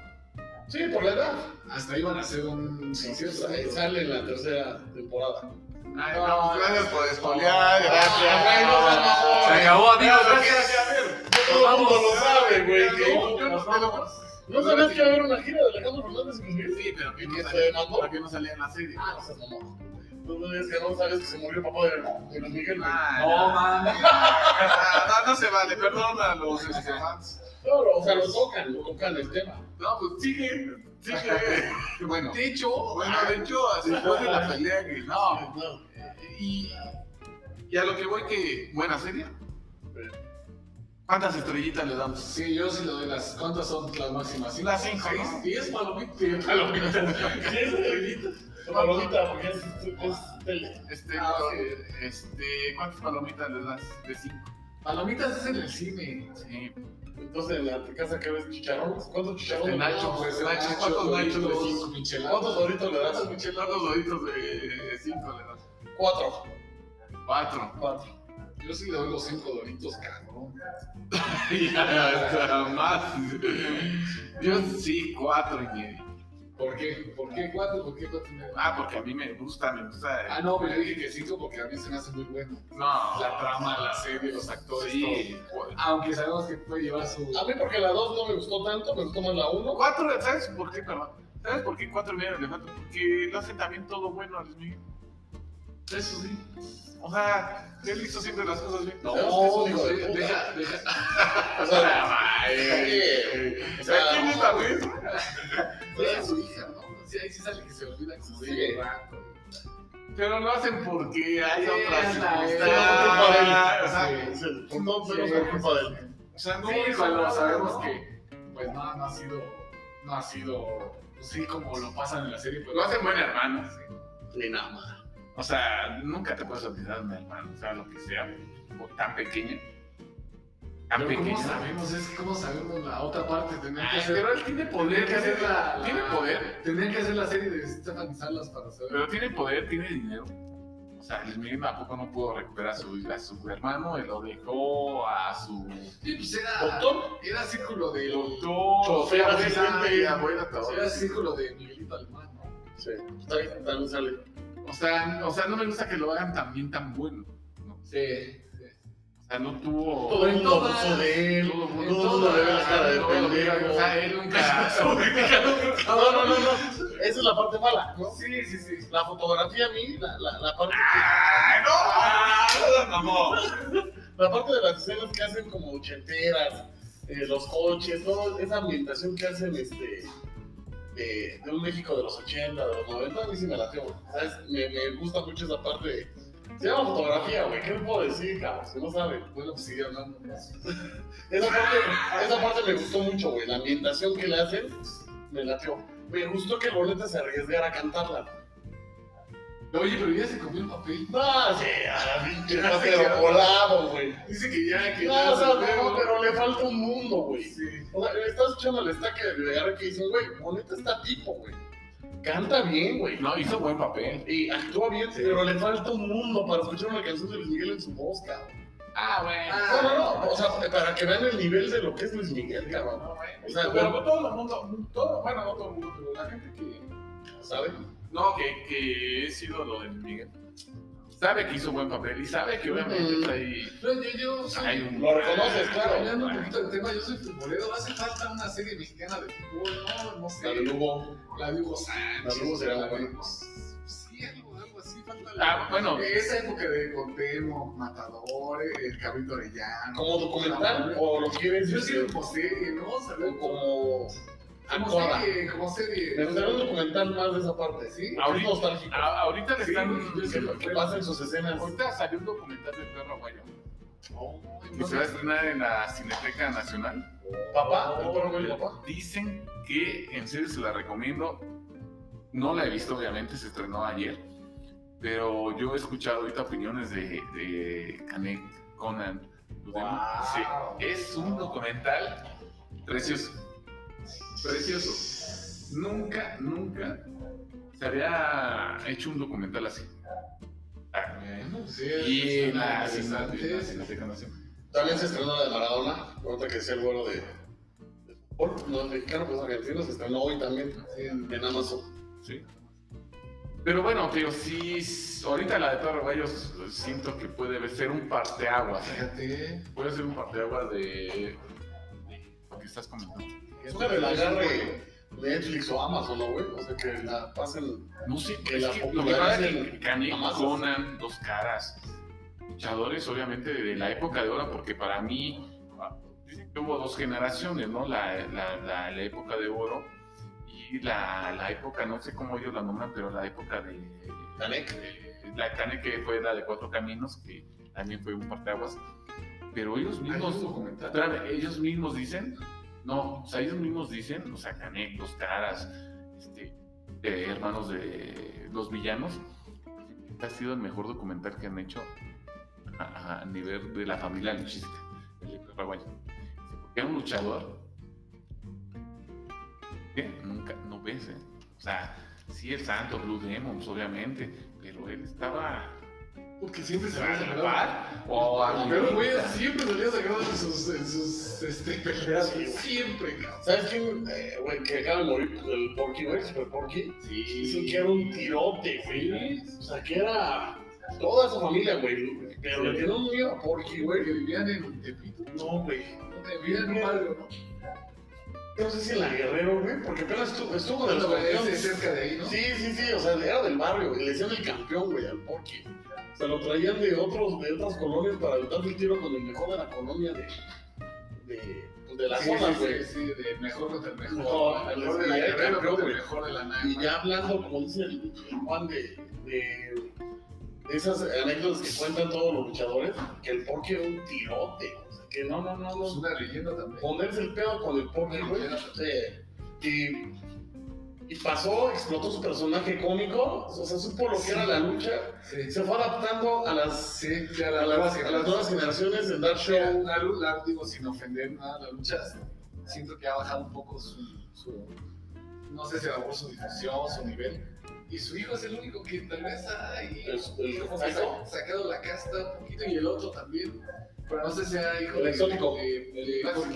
sí, por la edad. Hasta iban a hacer un Sí, sí, concierto. sa- sale en la tercera temporada. Ay, no, Pues, gracias por espolear, Ah, güey, no seas mamón. Se acabó, amigos, Claro, gracias. que- Todo el mundo lo sabe, güey. que- No, yo no sé lo- ¿No sabías que va a haber una gira de Alejandro Fernández y Luis Miguel? Sí, pero que no ¿Que se salía- demandó? pero que no salía en la serie. Ah, no seas mamón. ¿Tú no sabías que no sabías que se murió el papá de, de Luis Miguel? güey? Ah, No, mames. No, no se vale, perdón a los este, fans. Claro, o sea, lo tocan, lo tocan el tema. No, pues sigue, sigue. Bueno, De hecho, bueno, de hecho, después de la pelea que no. Y, y a lo que voy que, buena serie. ¿Cuántas estrellitas le damos? sí, yo sí le doy las. ¿Cuántas son las máximas? Las cinco, ¿Seis? ¿no? ¿Diez palomitas? Sí, es estrellita. Es Palomita, porque es, es tele. Este, Ah, eh, este, ¿cuántas palomitas le das? De cinco. Palomitas es en el cine. Sí. Entonces, en la tu casa que ves chicharrones, ¿cuántos chicharrones? Este, Nacho, No, pues, no, Nacho, no, ¿cuántos Doritos? Nachos de Los micheladas. ¿Cuántos doritos le das? ¿Cuántos doritos de cinco le das? Cuatro. Cuatro. Cuatro. Yo sí le doy los cinco doritos, cabrón. Y hasta más. Yo sí, cuatro y medio. ¿Por qué? ¿Por qué cuatro? ¿Por qué cuatro y medio? Ah, porque a mí me gusta, me gusta. el- Ah, no, pero yo dije que cinco porque a mí se me hace muy bueno. no, La trama, la serie, los actores, todo. Sí. cu- Aunque sabemos que puede llevar su... A Ah, mí porque la 2 no me gustó tanto, me gustó más la 1. Cuatro, ¿sabes por qué, perdón? ¿Sabes por qué cuatro y medio le falta? Porque lo hace también todo bueno a Luis Miguel. Eso sí. O sea, él hizo siempre las cosas bien. No, Sabemos que es un hijo de de- puta. deja, deja. O sea, Ay, o ¿Sabes sea, quién es la vez? Deja a su hija, ¿no? Sí, ahí sí sale que se olvida que se Sí. ve un rato. Pero lo hacen porque hay Sí, otras anda, circunstancias. eh. O sea, no, es el- no, Sí. pero es por culpa de él. O sea, no Sí, es cuando nada, sabemos ¿no? que pues nada, no ha sido, no ha sido, pues, sí, como lo pasan en la serie, pues Lo hacen buen hermano. Ni nada más. O sea, nunca te puedes olvidar de un hermano, o sea, lo que sea, o tan pequeño. Tan Pero pequeño. ¿Cómo sabemos? Es que ¿cómo sabemos la otra parte? Tener que Ay, hacer, pero él tiene tener poder. que hacer la, la- Tiene poder. Tener que hacer la serie de Stephanie Salas para saber. Pero tiene poder, tiene dinero. O sea, Luis Miguel tampoco no pudo recuperar a su, a su hermano, él lo dejó a su Sí, pues era, ¿Doctor? era círculo de doctor, Chofer, abuela, asistente. y abuela, todo. era círculo de Miguelito Alemán, ¿no? Sí. También, también sale. O sea, o sea, no me gusta que lo hagan también tan bueno. Sí. O sea, no tuvo. Todo el mundo todas- abusó de él. todo el mundo- Todo el mundo le ve la cara de No, no, pendejo. O sea, él nunca. No, no, no, no. Esa es la parte mala, ¿no? Sí, sí, sí. La fotografía a mí, la, la, la parte ¡Ay, no! Ah, mamón. La parte de las escenas que hacen como ochenteras, eh, los coches, toda esa ambientación que hacen este, de, de un México de los 80, de los 90, a mí sí me la tengo. Me, me gusta mucho esa parte. de- Se llama fotografía, güey. ¿Qué puedo decir, cabrón? Si no saben. Bueno, pues sigue hablando. ¿no? Esa parte, esa parte me gustó mucho, güey. La ambientación que le hacen, me latió. Me gustó que Loleta se arriesgara a cantarla. Oye, pero ya se comió el papel. No, sí, a la pinche Ya se pero quedó. volado, güey. Dice que ya, que No, ya. o sea, se no, fue, pero le falta un mundo, güey. Sí. O sea, le estás escuchando el estaque de agarre que dicen, güey, Moneta está tipo, güey. Canta bien, güey. No, hizo buen papel. Y actúa bien, Sí. pero le falta un mundo para escuchar una canción de Luis Miguel en su voz, cabrón. Ah, bueno. No, no, no. O sea, para que vean el nivel de lo que es Luis Miguel, cabrón. O sea, pero todo el mundo, todo, bueno, no todo el mundo, pero la gente que. ¿Saben? No, que, que es ídolo de Luis Miguel. Sabe que hizo buen papel y sabe que obviamente Mm. está ahí. Pero yo, yo soy. Hay un- Lo reconoces, Cambiando un claro. poquito de tema, yo soy futbolero. Hace falta una serie mexicana de fútbol, ¿no? No sé. La de Lugo. La de Hugo Sánchez. La de Hugo será la buena. de- Sí, algo, algo así. Falta Ah, bueno. Esa época de Contemo, Matador, El Cabrito Orellano. ¿Como documental o lo quieres Yo decir sí, como serie, ¿no? ¿Sabes? Como, como como actuada? serie, como serie. Me gustaría un documental más de esa parte, ¿sí? Es Ahorita- nostálgico. A- ahorita le Sí, están. yo sí lo Que pasen sus escenas. Ahorita salió un documental del perro aguayo Oh, que se va a estrenar en la Cineteca Nacional. Papá, el perro Aguayo, papá. Dicen que, en serio, se la recomiendo. No la he visto, obviamente, se estrenó ayer. Pero yo he escuchado ahorita opiniones de, de Canek Conan. Ludemo. Wow. Sí, es un documental precioso. Precioso. Nunca, nunca se había hecho un documental así. Ah, Bueno, sí, Y en la es Cineteca- en la interesante. Cineteca Nacional. También se estrenó la de Maradona, ahorita que sea el vuelo de, de fútbol, no mexicano, pues argentino, se estrenó hoy también Sí, en- en Amazon. Sí. Pero bueno, tío, sí, s- ahorita la de Torre Guayos siento que puede ser un parteaguas. ¿eh? Fíjate. Puede ser un parteaguas de, de lo que estás comentando. Es una del agarre Netflix o Amazon, ¿no, güey? O sea, que la pasen. No sé, Que es la que lo que pasa es que popularicen Canek, a masas. Conan, Dos Caras, luchadores obviamente de la época de ahora, porque para mí ah, dicen que hubo dos generaciones, ¿no? La, la- la- la época de oro y la, la época, no sé cómo ellos la nombran, pero la época de Canek. Eh, la carne que fue la de Cuatro Caminos, que también fue un parteaguas. Pero ellos mismos, documental. espérame, ellos mismos dicen, no, o sea, ellos mismos dicen, o sea, Canek, Dos Caras, este, eh, hermanos de los villanos, que ha sido el mejor documental que han hecho a, a nivel de la familia luchística, el perro aguayo. Dice, Porque era un luchador que nunca, no ves, ¿eh? O sea, sí, el santo, Blue Demons, obviamente, pero él estaba Porque siempre se ¿Se van van a a separar? O a Pero, güey, siempre salía sacado en sus, en sus este, peleas. güey. Siempre, cabrón. ¿Sabes quién, eh, güey, que acaba de morir? Pues, el Porky, güey, Super Porky. Sí. Dicen que era un tirote, güey. O sea, que era toda su familia, güey. Pero le dieron un miedo a Porky, güey. Güey, que vivían en Tepito. No, güey. Vivían en un barrio, ¿no? No sé si en la Guerrero, güey, porque apenas estuvo, estuvo de los Pero es campeones. cerca de ahí, ¿no? Sí, sí, sí, o sea, era del barrio, güey. Le decían el campeón, güey, al Porky. Se lo traían de, otros, de otras colonias para evitar el tiro con el mejor de la colonia de, de, pues, de la Sí, zona, sí, güey. sí, sí, de mejor contra el mejor. No, ¿no? El mejor de la sí, guerrera campeón, contra el güey. mejor de la nave. Y ya hablando, como dice el, el Juan, de, de esas anécdotas que cuentan todos los luchadores, que el porky era un tirote. O sea, que no, no, no, Es no. una leyenda también. Ponerse el pedo con el porky, güey. eh, y, y pasó, explotó su personaje cómico, o sea, supo lo que era la lucha. Sí, y Se fue adaptando a las, sí, sí, a a la las, a las nuevas generaciones en dar show. La, lu- la- digo, sin ofender nada, la lucha siento que ha bajado un poco su, su- no sé si a lo mejor su difusión, su nivel. Y su hijo es el único que tal vez ha ahí Es- el- como que sa- sacado la casta un poquito y el otro también. Pero no sé si sea hijo El de- exótico. de- de- El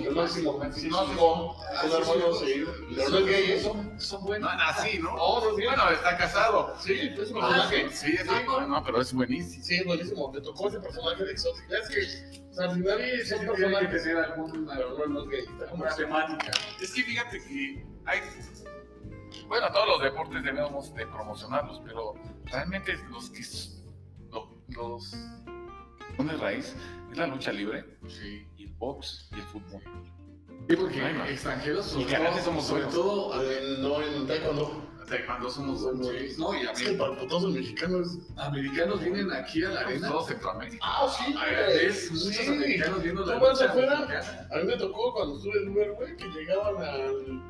de- máximo, Sí, máximo, Ah, un sí, hermano, sí, sí. sí. Pero no es gay eso. Son- Son buenos. No, así, ¿no? No, no es gay. Bueno, está casado. Sí, es un Ah, personaje. Sí, es bueno, no, pero es buenísimo. Sí, es buenísimo. Me tocó ese personaje de exótica. Es que, o sea, al final Sí, son sí, tiene que personajes. tener algún- Pero no, no es gay. Está como alguna temática. Es que fíjate que hay. Bueno, todos los deportes debemos de promocionarlos, pero realmente los que. s- lo- los. Pone raíz es la lucha libre Sí. y el box y el fútbol. porque Ay, no. extranjeros Y que antes somos sobre buenos. todo a- Eh, No, en Taekwondo. Taekwondo somos Sí, no, y a Es que para putoso el mexicano es. americanos vienen aquí a la arena. Todo Centroamérica. Ah, sí, A güey. ver, ves muchos Sí. americanos viendo la ¿Tú vas lucha afuera? mexicana. A mí me tocó cuando estuve en Uber, güey, que llegaban al.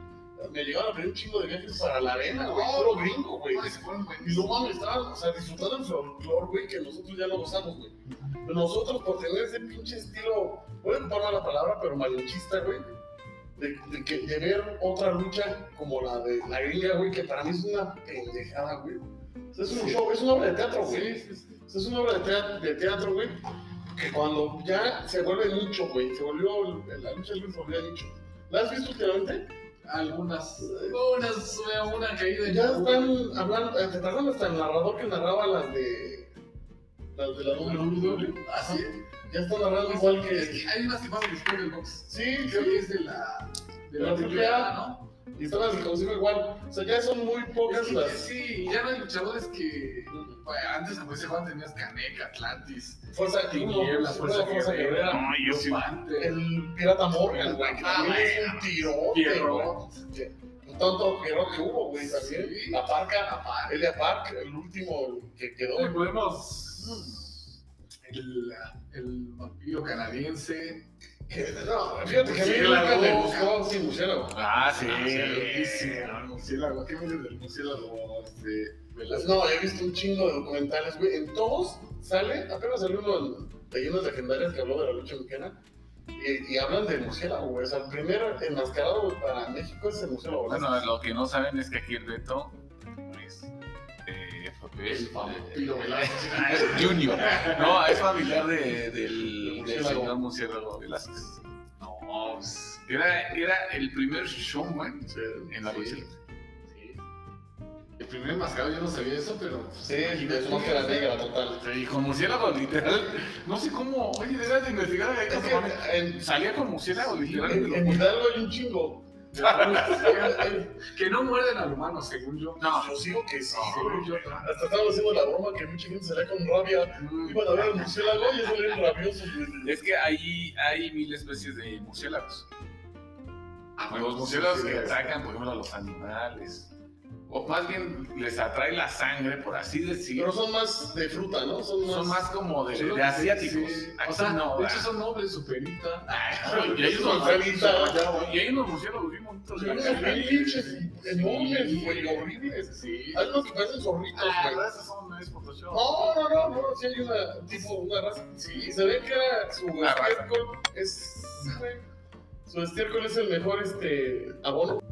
Me llegaban a pedir un chingo de viajes para la arena, güey. Puro gringo, güey. No, y se ponen Y no Pues, buenísimos. mames, estaban, o sea, disfrutando el folclore, güey, que nosotros ya no gozamos, güey. Nosotros, por tener ese pinche estilo, voy a ocupar mala palabra, pero malinchista, güey, de, de que, de ver otra lucha como la de la gringa, güey, que para mí es una pendejada, güey. O sea, es un show, es una obra de teatro, güey. Sí, sí, sí. O sea, es una obra de, tea- de teatro, güey, que cuando ya se vuelve nicho, güey, se volvió, la lucha libre se volvió nicho. ¿La has visto últimamente? Algunas. Unas, una- una caída. en Ya Cuba. están hablando, eh, se tardan hasta el narrador que narraba las de. Las de la WWE. Ah, sí. Ya está narrando igual Es que. que hay unas que van después del box. Sí, Creo sí. que es de la. De De la la AAA, ¿no? Y están las del consejo igual. O sea, ya son muy Es pocas que las. sí, ya no hay luchadores que. Bueno, antes, como dice Juan, tenías Caneca, Atlantis. Fuerza Tiniebla, Tiniebla, Fuerza Fuerza Fuerza Guerrera. Guerrera. No, yo sí. Panther. El Pirata Morgan, güey, que Ah, también es bueno. un tirote, Pierrot. ¿no? Un Tanto Pierrot que hubo, güey, Sí. también. La Parca, Elia Park, el último que quedó. Le podemos. El, el vampiro canadiense. No, fíjate que a mí Murciélago. nunca me gustó sin murciélago. Ah, sí. Ah, sí, riquísimo, el murciélago. ¿Qué me dices del murciélago? Este, Pues Velasco? no, he visto un chingo de documentales, güey. En todos sale, apenas salió uno de leyendas legendarias que habló de la lucha mexicana. Y, y hablan del murciélago, güey. O sea, el primer enmascarado güey, para México es el murciélago. Ah, ¿no? Bueno, lo que no saben es que aquí el Beto es. Eh, El vampiro Velasco. Ah, es Junior. No, es familiar de- del, del Murciélago. señor Murciélago Velázquez. No, pues, era, era el primer showman Sí. en la Sí. lucha. El primer mascado yo no sabía eso, pero. pues, Sí, de su máscara negra, total. Y con Murciélago, literal. No sé cómo. Oye, debes de investigar. Es que en, Salía con Murciélago, en, literal. en Hidalgo hay un chingo. que no muerden al humano, según yo. No, Yo sigo que sí. Según güey. yo. Hasta estaba haciendo la broma que mucha gente salía con rabia. Iban a ver al murciélago y eso eran rabiosos, güey. Mm. Es que ahí hay mil especies de murciélagos. Ah, pues, Los murciélagos que atacan, por ejemplo, a los animales. O más bien les atrae la sangre, por así decirlo. Pero son más de fruta, ¿no? Son más. Son más como de, Yo creo de que sí, asiáticos. sí. Aquí O sea, no, de ¿verdad? hecho son nobles, su perita. Ay, y ahí Son nos perita. Y ahí nos murciélagos bien bonitos. Sí, de son verdad. pinches enormes, güey, horribles. horribles. Sí. Algunos que parecen zorritos, Ah, güey. ¿verdad? Esas son Ah, es Photoshop. No, no, no, no, sí hay una, tipo, una raza. Sí, se ve que era su Una raza. estiércol es, güey, su estiércol es el mejor, este, abono.